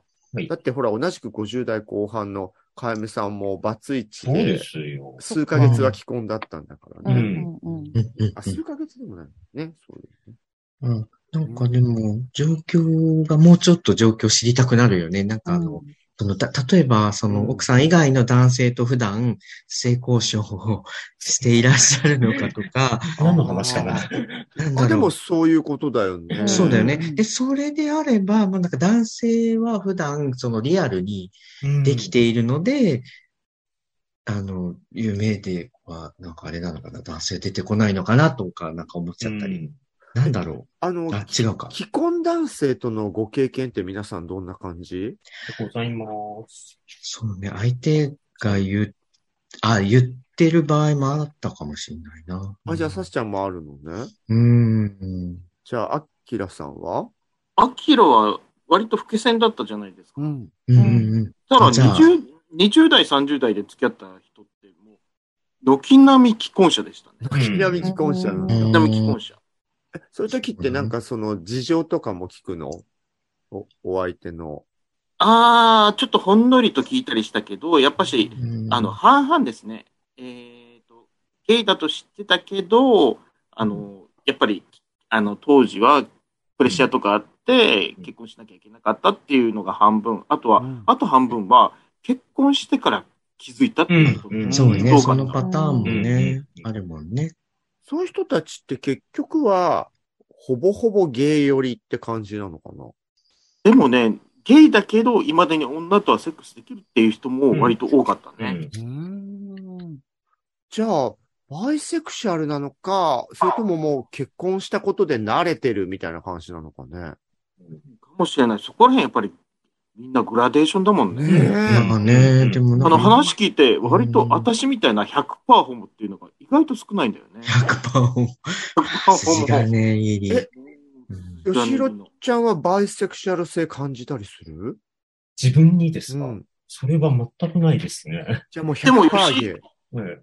[SPEAKER 2] だってほら、同じく50代後半のかやめさんもバツイチ
[SPEAKER 7] そうで
[SPEAKER 2] で、
[SPEAKER 7] すよ。
[SPEAKER 2] 数ヶ月は既婚だったんだからね。
[SPEAKER 5] うんうんうん。
[SPEAKER 3] うんうん
[SPEAKER 2] あ、数ヶ月でもないね。そうですね
[SPEAKER 3] うんなんかでも、状況がもうちょっと状況知りたくなるよね。なんかあの、そのた例えば、その奥さん以外の男性と普段性交渉をしていらっしゃるのかと か、
[SPEAKER 7] 何の話かな。
[SPEAKER 3] なんだろ
[SPEAKER 2] あ、
[SPEAKER 3] う
[SPEAKER 2] でもそういうことだよね。
[SPEAKER 3] そうだよね。
[SPEAKER 5] うん
[SPEAKER 3] で、それであれば、まあなんか男性は普段そのリアルにできているので、あの、夢では、なんかあれなのかな、男性出てこないのかなとか、なんか思っちゃったり。なんだろ
[SPEAKER 2] あ
[SPEAKER 3] う。
[SPEAKER 2] の、
[SPEAKER 3] あ、違うか。
[SPEAKER 2] 既婚男性とのご経験って皆さんどんな感じ
[SPEAKER 7] ございます。
[SPEAKER 3] そうね、相手が言う、あ、言ってる場合もあったかもしれないな。
[SPEAKER 2] あ、じゃあ、さしちゃんもあるのね。
[SPEAKER 3] うーん。
[SPEAKER 2] じゃあ、あきらさんは
[SPEAKER 6] アキラは割と老け線だったじゃないですか。
[SPEAKER 2] ん。
[SPEAKER 3] うんうん
[SPEAKER 6] だから
[SPEAKER 3] あじゃあ
[SPEAKER 6] 20, 20代、30代で付き合った人って、もう、軒並み既婚者でしたね。
[SPEAKER 2] ちなみに既婚者なんだ
[SPEAKER 3] うん
[SPEAKER 6] 軒並み既婚者。
[SPEAKER 2] そういう時ってなんかその事情とかも聞くのお、お相手の。
[SPEAKER 6] あー、ちょっとほんのりと聞いたりしたけど、やっぱし、
[SPEAKER 3] うん。
[SPEAKER 6] あの、半々ですね。えーと、ゲイだと知ってたけど、あの、やっぱり、あの、当時はプレッシャーとかあって、結婚しなきゃいけなかったっていうのが半分。あとは、あと半分は、結婚してから気づいたっていうこと。
[SPEAKER 3] そうね、
[SPEAKER 6] ど
[SPEAKER 3] そ
[SPEAKER 6] かな
[SPEAKER 3] のパターンもね、あるもんね。
[SPEAKER 2] そういう人たちって結局は、ほぼほぼゲイ寄りって感じなのかな
[SPEAKER 6] でもね、ゲイだけど、いまだに女とはセックスできるっていう人も割と多かったね。
[SPEAKER 2] じゃあ、バイセクシャルなのか、それとももう結婚したことで慣れてるみたいな感じなのかね。
[SPEAKER 6] かもしれない。そこら辺やっぱり、みんなグラデーションだもんね。
[SPEAKER 3] なんかね、でもな
[SPEAKER 6] あ
[SPEAKER 3] ん
[SPEAKER 6] の
[SPEAKER 3] か、
[SPEAKER 6] 話聞いて、割と私みたいな100%ホモっていうのが意外と少ないんだよね。
[SPEAKER 3] 筋
[SPEAKER 6] 100%ホ
[SPEAKER 3] が
[SPEAKER 6] モ。
[SPEAKER 3] ね、家に。
[SPEAKER 2] よしろちゃんはバイセクシャル性感じたりする
[SPEAKER 7] 自分にですか、それは全くないですね。
[SPEAKER 2] じゃあもう
[SPEAKER 6] でもよ
[SPEAKER 2] 100%
[SPEAKER 6] し
[SPEAKER 2] ゲイ。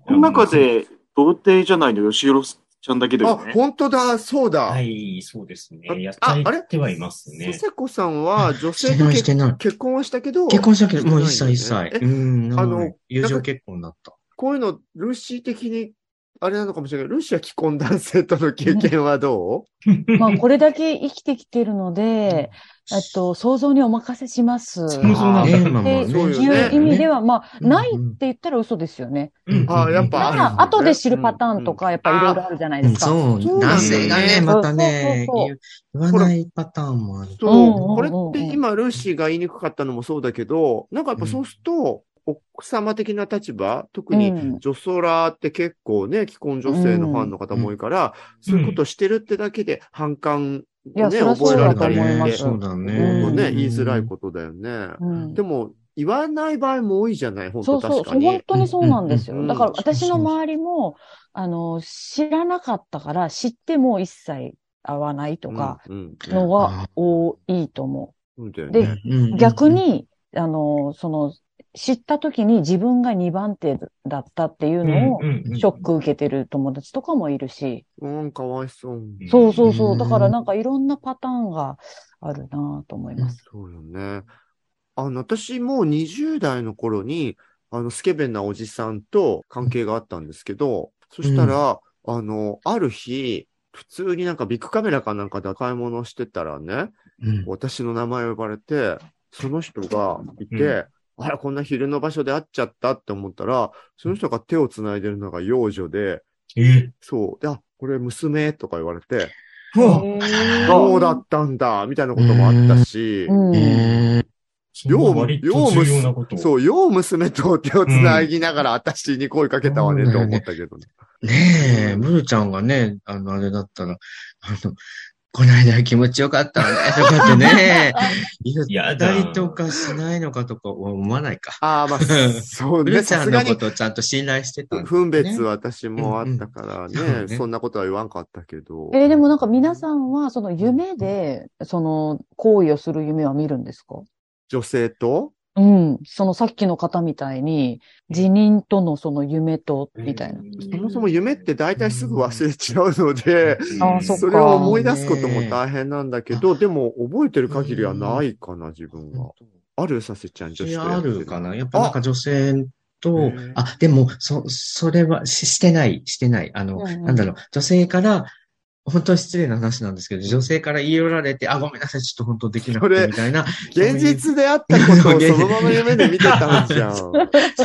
[SPEAKER 6] この中で、童貞じゃないの、吉弘ちゃんだけだ
[SPEAKER 2] あ
[SPEAKER 6] よ、ね。
[SPEAKER 2] 本当だ、そうだ。
[SPEAKER 7] はい、そうですね。やっ
[SPEAKER 2] あ、あれ
[SPEAKER 7] てはいます
[SPEAKER 2] 佐
[SPEAKER 7] ね。
[SPEAKER 2] 世子さんは女性
[SPEAKER 3] して
[SPEAKER 2] と
[SPEAKER 3] ない
[SPEAKER 2] 結
[SPEAKER 3] してない
[SPEAKER 2] 結婚はしたけど、
[SPEAKER 3] 結婚したけど、もう一
[SPEAKER 2] してな
[SPEAKER 3] 切
[SPEAKER 2] い
[SPEAKER 3] 一
[SPEAKER 2] え
[SPEAKER 3] 切。うん、
[SPEAKER 2] あ
[SPEAKER 3] あ
[SPEAKER 2] の
[SPEAKER 3] の、友情結婚だった。
[SPEAKER 2] こういうの、ルーシー的に、あれなのかもしれないけど、ルーシーは既婚男性との経験はどう、
[SPEAKER 5] まあ、これだけ生きてきてるので、えっと、想像にお任せします。想
[SPEAKER 2] 像なんだねまあまあね
[SPEAKER 5] っていう意味では、まあ、ないって言ったら嘘ですよね。
[SPEAKER 2] あやっぱ
[SPEAKER 5] ただ、後で知るパターンとか、やっぱいろいろあるじゃないですか。
[SPEAKER 3] うんそう男性がねまたね
[SPEAKER 5] そうそうそう
[SPEAKER 3] 言わないパターンもある。
[SPEAKER 2] そう、これって今、ルーシーが言いにくかったのもそうだけど、なんかやっぱそうすると、奥様的な立場、特
[SPEAKER 5] うん
[SPEAKER 2] に女装らって結構ね、既婚女性のファンの方も多いから、そういうことしてるってだけで反感
[SPEAKER 5] いや
[SPEAKER 2] ね、
[SPEAKER 5] そりゃ
[SPEAKER 2] 覚
[SPEAKER 5] そ
[SPEAKER 2] え
[SPEAKER 5] う
[SPEAKER 2] られ
[SPEAKER 5] だ
[SPEAKER 2] た
[SPEAKER 5] と
[SPEAKER 2] り
[SPEAKER 5] 思い
[SPEAKER 2] っ
[SPEAKER 5] ま
[SPEAKER 2] て、
[SPEAKER 5] す
[SPEAKER 2] そうだね
[SPEAKER 5] うん
[SPEAKER 2] 言いづらいことだよね。
[SPEAKER 5] うん
[SPEAKER 2] でも、言わない場合も多いじゃない、本
[SPEAKER 5] そ
[SPEAKER 2] 当
[SPEAKER 5] うそう
[SPEAKER 2] 確
[SPEAKER 5] そ
[SPEAKER 2] か
[SPEAKER 5] う、
[SPEAKER 2] に。
[SPEAKER 5] 本当にそうなんですよ。
[SPEAKER 2] うん
[SPEAKER 5] だから私の周りも、あの、知らなかったから、知っても一切会わないとか、
[SPEAKER 2] うん
[SPEAKER 5] のは多いと思
[SPEAKER 2] そうだよ
[SPEAKER 5] う。
[SPEAKER 2] ね
[SPEAKER 5] で、逆に、あの、その、知った時に自分が2番手だったっていうのを
[SPEAKER 2] うんうんうん
[SPEAKER 5] ショック受けてる友達とかもいるし、
[SPEAKER 2] うん、かわいそう。
[SPEAKER 5] そうそうそう、だからなんかいろんなパターンがあるなぁと思います。
[SPEAKER 2] そうよね。あの、私も20代の頃に、あの、スケベなおじさんと関係があったんですけど、そしたら、あの、ある日、普通になんかビッグカメラかなんかで買い物をしてたらね、私の名前を呼ばれて、その人がいて、あら、こんな昼の場所で会っちゃったって思ったら、その人が手をつないでるのが幼女で、そう、で、あ、これ娘とか言われて、そうだったんだ、みたいなこともあったし、
[SPEAKER 7] そ
[SPEAKER 2] よ
[SPEAKER 7] んな
[SPEAKER 2] う
[SPEAKER 7] 割と重要なことを
[SPEAKER 2] そう、よう娘と手をつなぎながら私に声かけたわね、と思ったけどね。
[SPEAKER 3] ねえ、ブルちゃんがね、あの、あれだったら、あの、この間気持ちよかったわね、とかってね、言
[SPEAKER 7] や
[SPEAKER 3] っ
[SPEAKER 7] だ
[SPEAKER 3] たりとかしないのかとかは思わないか。
[SPEAKER 2] ああ、まあ、 そう
[SPEAKER 3] ブ
[SPEAKER 2] ね、
[SPEAKER 3] ルち
[SPEAKER 2] さ
[SPEAKER 3] ゃ
[SPEAKER 2] す
[SPEAKER 3] ん
[SPEAKER 2] が
[SPEAKER 3] の
[SPEAKER 2] に
[SPEAKER 3] ことをちゃんと信頼してたんだね。
[SPEAKER 2] 分別私もあったから
[SPEAKER 3] うんうんそう
[SPEAKER 2] ね、
[SPEAKER 3] ね
[SPEAKER 2] そんなことは言わんかったけど。
[SPEAKER 5] えーでもなんか皆さんは、その夢で、その、行為をする夢は見るんですか
[SPEAKER 2] 女性と
[SPEAKER 5] うん。そのさっきの方みたいに、辞任とのその夢と、みたいな。
[SPEAKER 2] そもそも夢って大体すぐ忘れちゃうので
[SPEAKER 5] あー、そっか
[SPEAKER 2] それを思い出すことも大変なんだけど、でも覚えてる限りはないかな、自分は。あるさせちゃん、女子とや
[SPEAKER 3] あ
[SPEAKER 2] って
[SPEAKER 3] るかなやっぱなんか女性と、あ、でも、そ、それはししてない、してない。あの、
[SPEAKER 2] うんうん
[SPEAKER 3] なんだろう、女性から、本当に失礼な話なんですけど、女性から言い寄られて、あ、ごめんなさい、ちょっと本当できなくて、みたいな。
[SPEAKER 2] 現実であったことをそのまま夢で見てたんじゃん。
[SPEAKER 3] そう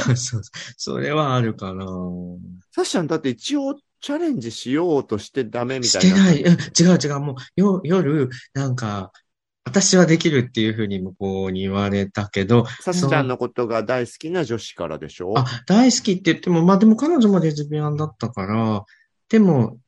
[SPEAKER 3] そうそう。それはあるかな
[SPEAKER 2] サッシャンだって一応チャレンジしようとしてダメみた
[SPEAKER 3] し
[SPEAKER 2] い
[SPEAKER 3] て
[SPEAKER 2] な。
[SPEAKER 3] ない。うん違う違う。もう、よ、夜、なんか、私はできるっていうふうに向こうに言われたけど、
[SPEAKER 2] サッシャンのことが大好きな女子からでしょ
[SPEAKER 3] 大好きって言っても、まあでも彼女もレズビアンだったから、でも、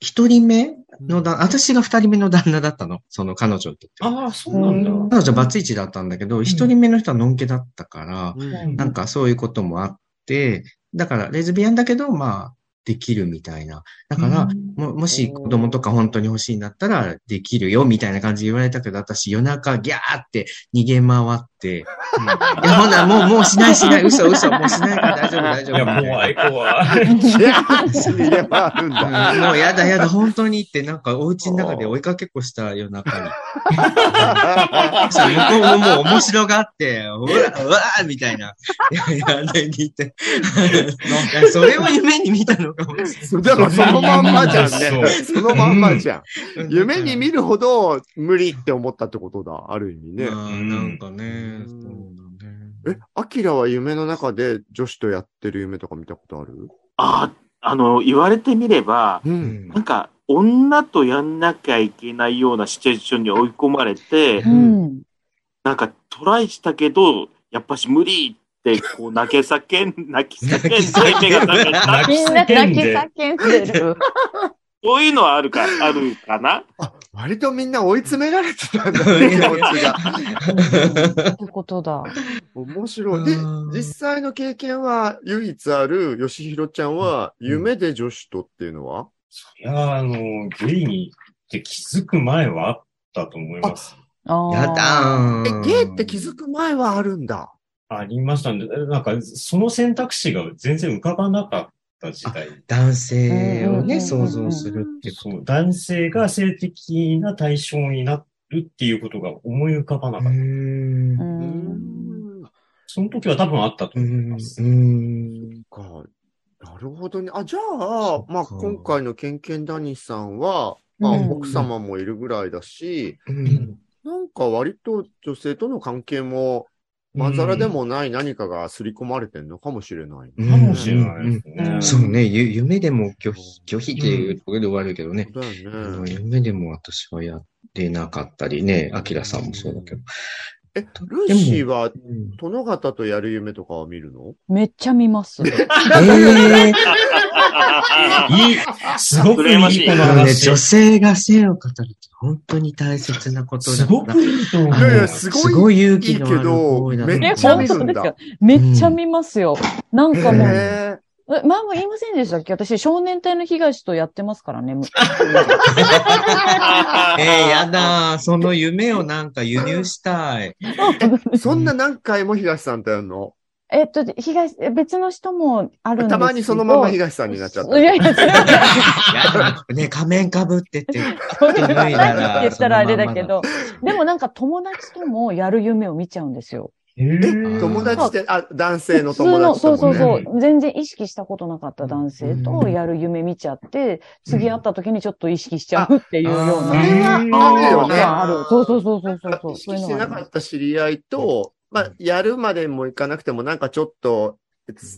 [SPEAKER 3] 一人目のだ、私が二人目の旦那だったの。その彼女にとって。
[SPEAKER 7] ああ、そうなんだ。
[SPEAKER 3] 彼女バツイチだったんだけど、一、人目の人はのんけだったから、
[SPEAKER 7] うん
[SPEAKER 3] なんかそういうこともあって、だからレズビアンだけど、まあ、できるみたいな。だから、も、もし子供とか本当に欲しいんだったら、できるよ、みたいな感じで言われたけど、私夜中ギャーって逃げ回 って、いやほな、もう、もうしないしない、嘘嘘、もうし ないから大丈夫大丈夫。
[SPEAKER 7] いや怖い怖い
[SPEAKER 3] い
[SPEAKER 2] や、逃げ回るんだ
[SPEAKER 3] もうやだやだ、本当にって、なんかお家の中で追いかけっこした夜中 に。そう向こうももう面白がって、うわ、 うわみたいな。いや、いや、で、聞いて。いやそれを夢に見たのかもし
[SPEAKER 2] そうだからそのまんまじゃんね。
[SPEAKER 3] そう
[SPEAKER 2] そのまんまじゃ
[SPEAKER 3] うん
[SPEAKER 2] ん。夢に見るほど無理って思ったってことだ、ある意味ね。
[SPEAKER 3] なんかね、
[SPEAKER 2] え、アキラは夢の中で女子とやってる夢とか見たことある
[SPEAKER 6] ああの、言われてみれば、なんか、女とやんなきゃいけないようなシチュエーションに追い込まれて、
[SPEAKER 5] うん。
[SPEAKER 6] なんかトライしたけど、やっぱし無理って、こう、泣け叫ん、泣き叫んで目が覚めた。
[SPEAKER 5] みんな泣き叫んでる。
[SPEAKER 6] そういうのはあるか、あるかな
[SPEAKER 2] 割とみんな追い詰められてたんだね、気持ちが。
[SPEAKER 5] ということだ。
[SPEAKER 2] 面白い。で、実際の経験は唯一ある、よしひろちゃんは、夢で女子とっていうのは、
[SPEAKER 7] いや、あの、ゲイにって気づく前はあったと思います。
[SPEAKER 2] や
[SPEAKER 7] だ
[SPEAKER 2] え、ゲイって気づく前はあるんだ。
[SPEAKER 7] ありましたんで、なんか、その選択肢が全然浮かばなかった時代。
[SPEAKER 3] 男性をね、想像
[SPEAKER 7] するってそう、男性が性的な対象になるっていうことが思い浮かばなかった。その時は多分あったと思います。
[SPEAKER 2] か。なるほどね。あ、じゃあ、まあ、今回のケンケンダニーさんは、まあ、
[SPEAKER 7] うん
[SPEAKER 2] 奥様もいるぐらいだし、なんか割と女性との関係も、まんざらでもない何かが刷り込まれてるのかもしれない。
[SPEAKER 3] か
[SPEAKER 7] もしれないですね
[SPEAKER 3] そうね、ゆ夢でも拒否、拒否っていうところで悪いけどね。
[SPEAKER 2] あ
[SPEAKER 3] の夢でも私はやってなかったりね、アキラさんもそうだけど。
[SPEAKER 2] え、ルーシーは、殿方とやる夢とかは見るの
[SPEAKER 5] めっちゃ見 ます。
[SPEAKER 3] え
[SPEAKER 7] いい、すごくいいこ
[SPEAKER 3] ね、
[SPEAKER 7] の話。
[SPEAKER 3] 女性が性を語るって本当に大切なことだから。すご
[SPEAKER 7] いいと思
[SPEAKER 2] いやいやすごい
[SPEAKER 3] 勇気のある行為だと思う
[SPEAKER 5] え、本当ですかめっちゃ見ますよ。なんかもう、
[SPEAKER 2] え
[SPEAKER 5] 前も言いませんでしたっけ私、少年隊の被害者とやってますか らね。
[SPEAKER 3] えー、やだー。その夢をなんか輸入したい。
[SPEAKER 2] そんな何回も東さんとやるの
[SPEAKER 5] えっと、東、え別の人もあるんですけど
[SPEAKER 2] たまにそのまま東さんになっちゃった。
[SPEAKER 5] いやいや、それ
[SPEAKER 3] ね、仮面被ってて。
[SPEAKER 5] それは
[SPEAKER 3] 脱いだ
[SPEAKER 5] ないって言
[SPEAKER 3] ら
[SPEAKER 5] ったらあれだけど。でもなんか友達ともやる夢を見ちゃうんですよ。
[SPEAKER 2] 友達って、あ、男性の
[SPEAKER 5] 普通
[SPEAKER 2] 友
[SPEAKER 5] の、
[SPEAKER 2] 達
[SPEAKER 5] そう
[SPEAKER 2] と
[SPEAKER 5] そ
[SPEAKER 2] も
[SPEAKER 5] う
[SPEAKER 2] ね。
[SPEAKER 5] そう。全然意識したことなかった男性とやる夢見ちゃって、次会った時にちょっと意識しちゃうっていうような。
[SPEAKER 2] あそれはあるよね
[SPEAKER 5] ある。そうそうそうそうそうそう。そういう
[SPEAKER 2] し
[SPEAKER 5] の
[SPEAKER 2] て
[SPEAKER 5] があ
[SPEAKER 2] な
[SPEAKER 5] る
[SPEAKER 2] かった知り合いと、まあ、やるまでもいかなくても、なんかちょっと、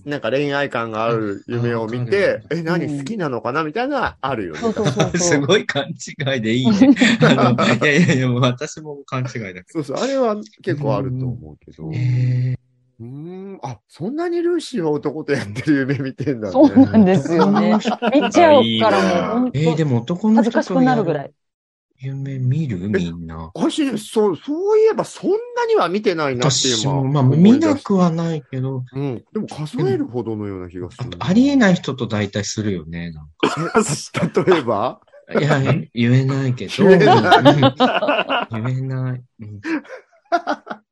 [SPEAKER 2] なんか恋愛感がある夢を見て、え、何好きなのかなみたいなのはあるよね。
[SPEAKER 3] すごい勘違いでいいね。あの、いやいやいや、もう私も勘違いだけど。
[SPEAKER 2] そうそう、あれは結構あると思うけど。うーん、あ、そんなにルーシーは男とやってる夢見てんだね。
[SPEAKER 5] そうなんですよね。 見ちゃうからもう本当
[SPEAKER 3] えー、でも男の
[SPEAKER 5] 恥
[SPEAKER 3] 人
[SPEAKER 5] ずかしくなるぐら
[SPEAKER 3] い。
[SPEAKER 5] い。
[SPEAKER 3] 夢見るみんな。
[SPEAKER 2] 私、そう、そういえばそんなには見てないなっていう
[SPEAKER 3] 私
[SPEAKER 2] のは
[SPEAKER 3] も、まあ、見なくはないけど。
[SPEAKER 2] うん。でも数えるほどのような気がする。
[SPEAKER 3] ありえない人と大体するよね、なん
[SPEAKER 2] か。 例えば
[SPEAKER 3] い や、言えないけど。
[SPEAKER 2] 言えない
[SPEAKER 3] うん言えない。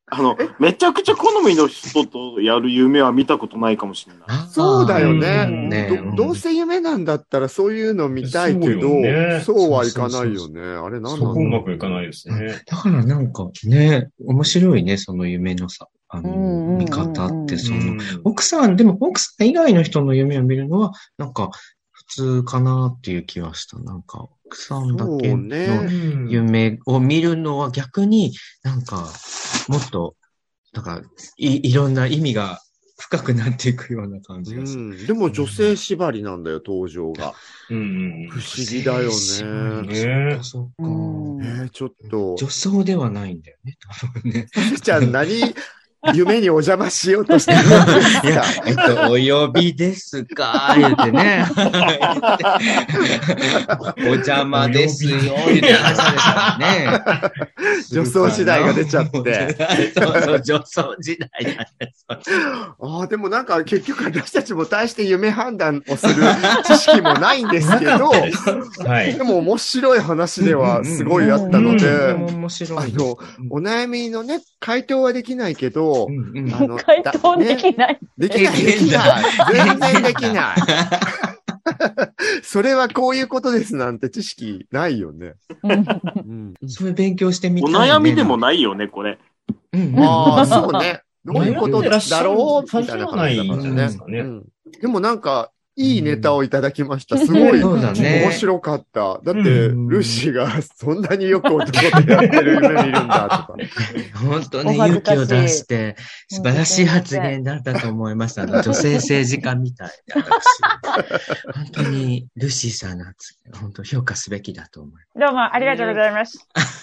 [SPEAKER 6] あの、めちゃくちゃ好みの人とやる夢は見たことないかもしれない。
[SPEAKER 2] そうだよ
[SPEAKER 3] うんね
[SPEAKER 2] ね。どどうせ夢なんだったらそういうの見たいけど
[SPEAKER 7] そうよ、ね
[SPEAKER 2] そうはいかないよね。あれなん
[SPEAKER 7] そ
[SPEAKER 2] な
[SPEAKER 7] こうま
[SPEAKER 2] の
[SPEAKER 7] くいかないですね。
[SPEAKER 3] だからなんかね、面白いね、その夢のさ、あの、
[SPEAKER 7] うんうん
[SPEAKER 3] 見方って、その、
[SPEAKER 7] うん
[SPEAKER 3] 奥さん、でも奥さん以外の人の夢を見るのは、なんか、普通かなっていう気はした。なんか、奥さんだけ
[SPEAKER 2] そう
[SPEAKER 3] の
[SPEAKER 2] ね
[SPEAKER 3] 夢を見るのは逆になんか、もっと、なんか、い、いろんな意味が深くなっていくような感じがする。
[SPEAKER 2] うんでも女性縛りなんだよ、登場が。
[SPEAKER 7] うん
[SPEAKER 2] 不思議だよね。
[SPEAKER 7] ね
[SPEAKER 3] そっか。
[SPEAKER 2] えちょっと。
[SPEAKER 3] 女装ではないんだよね、多分ね。
[SPEAKER 2] ちちゃん、何、夢にお邪魔しようとしてるんですか
[SPEAKER 3] いや、えっと、お呼びですか言って ね。お邪魔ですよ、言って話されたらね。
[SPEAKER 2] 女装時代が出ちゃって。
[SPEAKER 3] そうそう、女装時代だね。
[SPEAKER 2] ああ、でもなんか結局私たちも大して夢判断をする知識もないんですけ
[SPEAKER 7] なか
[SPEAKER 2] ど
[SPEAKER 7] ったで、すはい
[SPEAKER 2] でも面白い話ではすごいあったので、
[SPEAKER 3] うんうん面白
[SPEAKER 2] あ
[SPEAKER 3] い。
[SPEAKER 2] の、お悩みのね、回答はできないけど、あの
[SPEAKER 5] 回答で
[SPEAKER 2] だね
[SPEAKER 5] きない。
[SPEAKER 2] できない、
[SPEAKER 3] で
[SPEAKER 2] で
[SPEAKER 3] き
[SPEAKER 2] き
[SPEAKER 3] な
[SPEAKER 2] ないい。全然でき ない。それはこういうことですなんて知識ないよね。
[SPEAKER 3] そういう勉強してみた
[SPEAKER 6] お
[SPEAKER 3] い、
[SPEAKER 6] 悩みでもないよね、これ。
[SPEAKER 2] ああ、 そうね。どういうこと
[SPEAKER 7] 悩んでらっしゃ
[SPEAKER 2] だ
[SPEAKER 7] る
[SPEAKER 2] ろう
[SPEAKER 7] 感
[SPEAKER 2] み
[SPEAKER 7] じ
[SPEAKER 2] たい
[SPEAKER 7] で
[SPEAKER 2] な
[SPEAKER 7] はな
[SPEAKER 2] 感
[SPEAKER 7] い
[SPEAKER 2] じだから
[SPEAKER 7] んで
[SPEAKER 2] ね。
[SPEAKER 7] すかね。
[SPEAKER 2] でもなんか、いいネタをいただきました。すごい、
[SPEAKER 3] そうだね
[SPEAKER 2] 面白かった。だって、ルーシーがそんなによく男とやってる夢見るんだとか。
[SPEAKER 3] 本当ね、勇気を出して、素晴らしい発言だったと思いました。あの女性政治家みたいな私。本当に、ルシーさんの発言、本当評価すべきだと思い
[SPEAKER 11] どうもありがとうございます。
[SPEAKER 3] ます。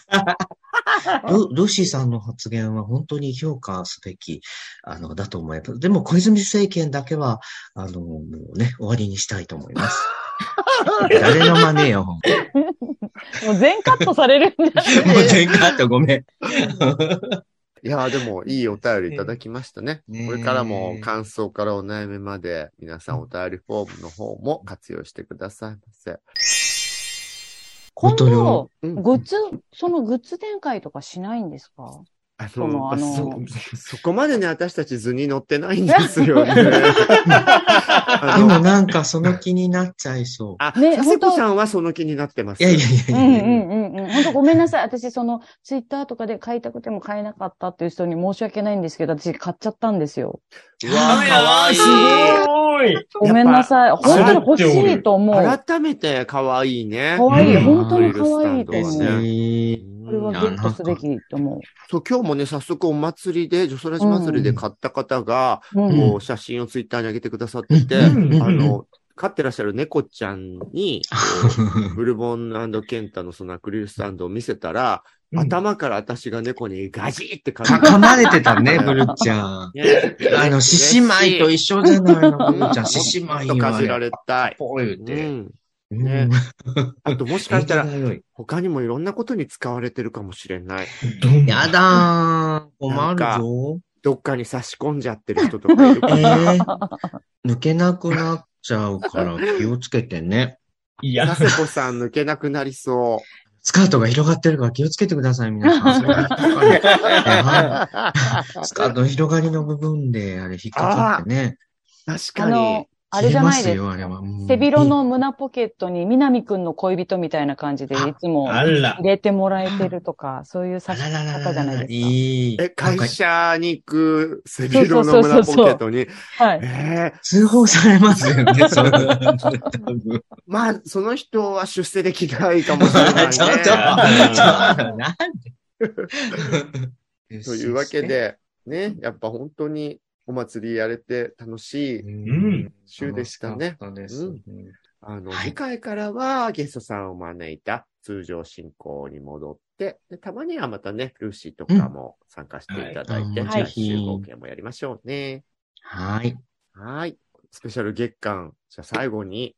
[SPEAKER 3] ルルシーさんの発言は本当に評価すべき、あの、だと思います。でも、小泉政権だけは、あの、もうね、終わりにしたいと思います。誰の真似よ、ほんと
[SPEAKER 5] もう全カットされるんじゃない
[SPEAKER 3] もう全カットごめん。
[SPEAKER 2] いやーでもいいお便りいただきましたね。これからも感想からお悩みまで皆さんお便りフォームの方も活用してくださいませ。
[SPEAKER 5] 今
[SPEAKER 2] 本当よ
[SPEAKER 5] 度、グッズ、そのグッズ展開とかしないんですか
[SPEAKER 2] あ
[SPEAKER 5] そのあの
[SPEAKER 2] そ、そこまでね、私たち図に乗ってないんですよね。あ
[SPEAKER 3] で
[SPEAKER 2] の
[SPEAKER 3] もなんかその気になっちゃいそう。
[SPEAKER 2] あ、
[SPEAKER 5] ね
[SPEAKER 2] 佐世子さんはその気になってます。
[SPEAKER 3] いやいやいや
[SPEAKER 5] うんうんうんうん。本当ごめんなさい。私、その、ツイッターとかで買いたくても買えなかったっていう人に申し訳ないんですけど、私買っちゃったんですよ。
[SPEAKER 2] うわー、かわいい。
[SPEAKER 7] ごい。
[SPEAKER 5] ごめんなさい。
[SPEAKER 2] やっぱ
[SPEAKER 5] 本当に欲しいと思う。
[SPEAKER 2] 改めて可愛いね。
[SPEAKER 5] 可愛い
[SPEAKER 2] うん
[SPEAKER 5] 本当に可愛いと思う
[SPEAKER 2] ドリルスタンドはね
[SPEAKER 5] これはゲットすべきと思う。
[SPEAKER 2] そう、今日もね、早速お祭りで、女装ラジ祭りで買った方が、
[SPEAKER 5] うん
[SPEAKER 2] こう、写真をツイッターに上げてくださってて、
[SPEAKER 3] うん
[SPEAKER 2] あ の、飼ってらっしゃる猫ちゃんに、こうブルボンケンタのそのアクリルスタンドを見せたら、頭から私が猫にガジーって噛まれ
[SPEAKER 3] 噛まれてたね、ブルちゃん。あの、獅子舞と一緒じゃないの、ブルちゃん。獅子舞
[SPEAKER 2] と
[SPEAKER 3] よ。
[SPEAKER 2] か
[SPEAKER 3] あ
[SPEAKER 2] じ
[SPEAKER 3] れ
[SPEAKER 2] られたい。
[SPEAKER 3] こう言うて。
[SPEAKER 2] ね。あともしかしたら
[SPEAKER 3] 縁起が良い、
[SPEAKER 2] 他にもいろんなことに使われてるかもしれない。
[SPEAKER 3] やだー。困る
[SPEAKER 2] なんか
[SPEAKER 3] ぞ。
[SPEAKER 2] どっかに差し込んじゃってる人とかいる
[SPEAKER 3] え
[SPEAKER 2] から
[SPEAKER 3] ー抜けなくなっちゃうから気をつけてね。
[SPEAKER 7] い
[SPEAKER 2] や。佐世子さん抜けなくなりそう。
[SPEAKER 3] スカートが広がってるから気をつけてください、皆さん。それは引っかかるやばいスカートの広がりの部分で、あれ引っかかってね。
[SPEAKER 2] 確
[SPEAKER 5] あの、あれじゃない
[SPEAKER 3] 消
[SPEAKER 5] で
[SPEAKER 3] え
[SPEAKER 5] す
[SPEAKER 3] ますよ、あ
[SPEAKER 5] か。
[SPEAKER 3] れは。うん
[SPEAKER 5] 背広の胸ポケットに南くんの恋人みたいな感じでいつも
[SPEAKER 3] あら
[SPEAKER 5] 入れてもらえてるとか、そういう差し方じゃないですか。
[SPEAKER 3] いい。
[SPEAKER 2] え、会社に行く背広の胸ポケットに。
[SPEAKER 5] はい。
[SPEAKER 2] えー
[SPEAKER 3] 通報されますよね、それは。
[SPEAKER 2] まあ、その人は出世できないかもしれないね。
[SPEAKER 3] ちょっと、ちょっと、なんで
[SPEAKER 2] というわけ。で、ね、やっぱ本当にお祭りやれて楽しい
[SPEAKER 3] ん
[SPEAKER 2] 週でしたね。うんあの、
[SPEAKER 3] はい
[SPEAKER 2] 次回からはゲストさんを招いた通常進行に戻って、でたまにはまたね、ルーシーとかも参加していただいて、
[SPEAKER 3] うんはい
[SPEAKER 2] 来週合計もやりましょうね。
[SPEAKER 3] はい。
[SPEAKER 2] はい。スペシャル月間、じゃあ最後に、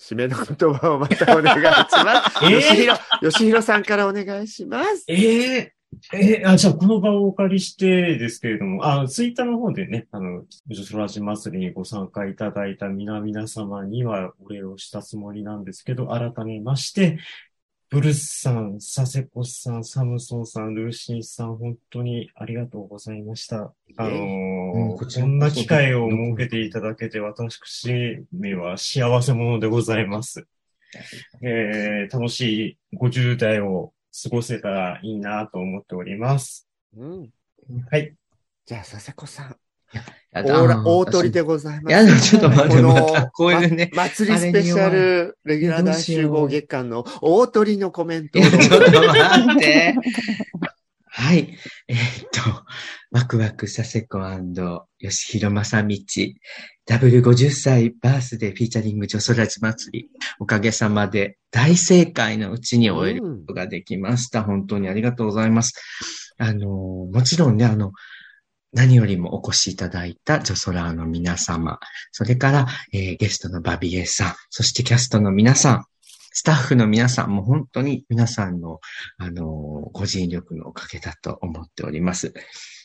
[SPEAKER 2] 締めの言葉をまたお願いし ます。
[SPEAKER 7] えー
[SPEAKER 2] よしひろ、よしひろさんからお願いします。
[SPEAKER 7] えええーあ、じゃあこの場をお借りしてですけれども、あ、ツイッターの方でね、あの、女子ラジ祭りにご参加いただいた皆々様にはお礼をしたつもりなんですけど、改めまして、ブルースさん、サセコさん、サムソンさん、ルーシーさん、本当にありがとうございました。あのー
[SPEAKER 3] うんこちらこそ
[SPEAKER 7] こんな機会を設けていただけて、私めは幸せ者でございます。えー楽しい50代を過ごせたらいいなと思っております。
[SPEAKER 2] うん。
[SPEAKER 7] はい。
[SPEAKER 2] じゃあ、佐世子さん。
[SPEAKER 3] やだ
[SPEAKER 2] 大ら大鳥でございます。
[SPEAKER 3] いや、ちょっと待って、
[SPEAKER 2] この
[SPEAKER 3] またこういうね。
[SPEAKER 2] ま祭りスペシャルレギュラー大集合月間の大鳥のコメントをどう
[SPEAKER 3] ち
[SPEAKER 2] ぞ
[SPEAKER 3] ょっと待って。はい。えーっと、ワクワクさせこ吉弘正道。ダブル50歳バースデーフィーチャリング女空地祭り。おかげさまで大正解のうちに終えることができました。本当にありがとうございます。あのー、もちろんね、あの、何よりもお越しいただいたジョソラーの皆様、それから、えーゲストのバビエさん、そしてキャストの皆さん、スタッフの皆さんも本当に皆さんの、あのー個人力のおかげだと思っております。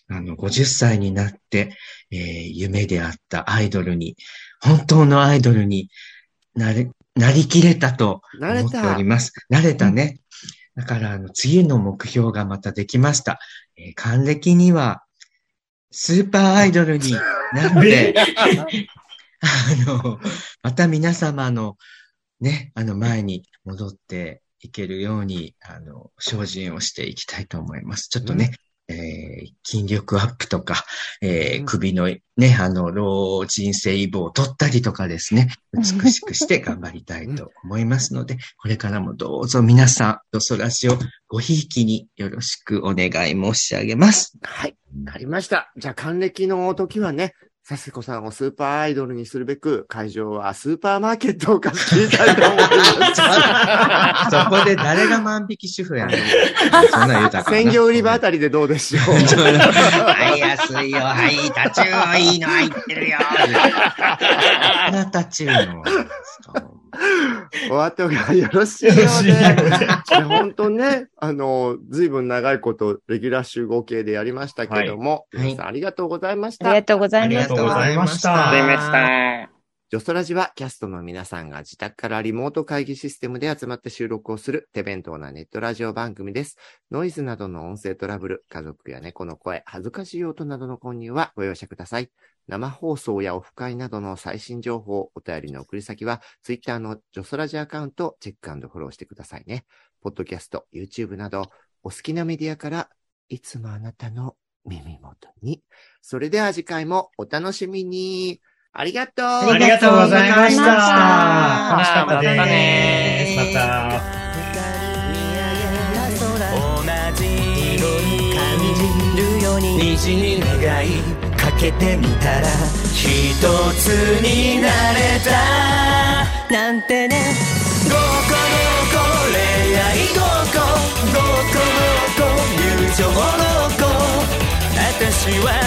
[SPEAKER 3] あの、50歳になって、えー夢であったアイドルに、本当のアイドルになれ、なりきれたと
[SPEAKER 2] 慣れ
[SPEAKER 3] 思って
[SPEAKER 2] た
[SPEAKER 3] おります。慣れたね。だから、あの、次の目標がまたできました。えー還暦には、スーパーアイドルになって、あの、また皆様のね、あの前に戻っていけるように、あの、精進をしていきたいと思います。ちょっとね、えー筋力アップとか、えー首のね、あの、老人性イボを取ったりとかですね、美しくして頑張りたいと思いますので、これからもどうぞ皆さん、ドソラジをごひいきによろしくお願い申し上 げます。
[SPEAKER 2] はい。わかりました。じゃあ、還暦の時はね、サスコさんをスーパーアイドルにするべく、会場はスーパーマーケットを貸していたいと思い ます。
[SPEAKER 3] そこで誰が万引き主婦やねん。そんなん言うたらあかんな
[SPEAKER 2] 鮮魚売り場 あたりでどうでしょう。
[SPEAKER 3] はい、安いよ。はい、タチウオいいの入ってるよ。あなタチウオ。
[SPEAKER 2] 終わっておきます。よろしいようで。本当ね、あの、ずいぶん長いこと、レギュラー集合系でやりましたけども、皆さんありがとうございました。
[SPEAKER 5] ありがとうございま
[SPEAKER 2] あ
[SPEAKER 5] した。
[SPEAKER 2] りがとうございました
[SPEAKER 6] た。
[SPEAKER 2] ジョストラジはキャストの皆さんが自宅からリモート会議システムで集まって収録をする手弁当なネットラジオ番組です。ノイズなどの音声トラブル、家族や猫の声、恥ずかしい音などの混入はご容赦ください。生放送やオフ会などの最新情報、お便りの送り先は、ツイッターのジョソラジアカウントをチェックフォローしてくださいね。ポッドキャスト、YouTube など、お好きなメディアから、いつもあなたの耳元に。それでは次回もお楽しみに。ありがとう
[SPEAKER 4] ありがとうございました。
[SPEAKER 2] あ
[SPEAKER 4] 楽しかったです。
[SPEAKER 2] また
[SPEAKER 4] ま
[SPEAKER 1] 同
[SPEAKER 4] た。
[SPEAKER 1] じ色に感じるように虹に願いかけてみたら一つになれたなんてね「ごこごこ恋愛ごこごこごこ友情ごこ」私は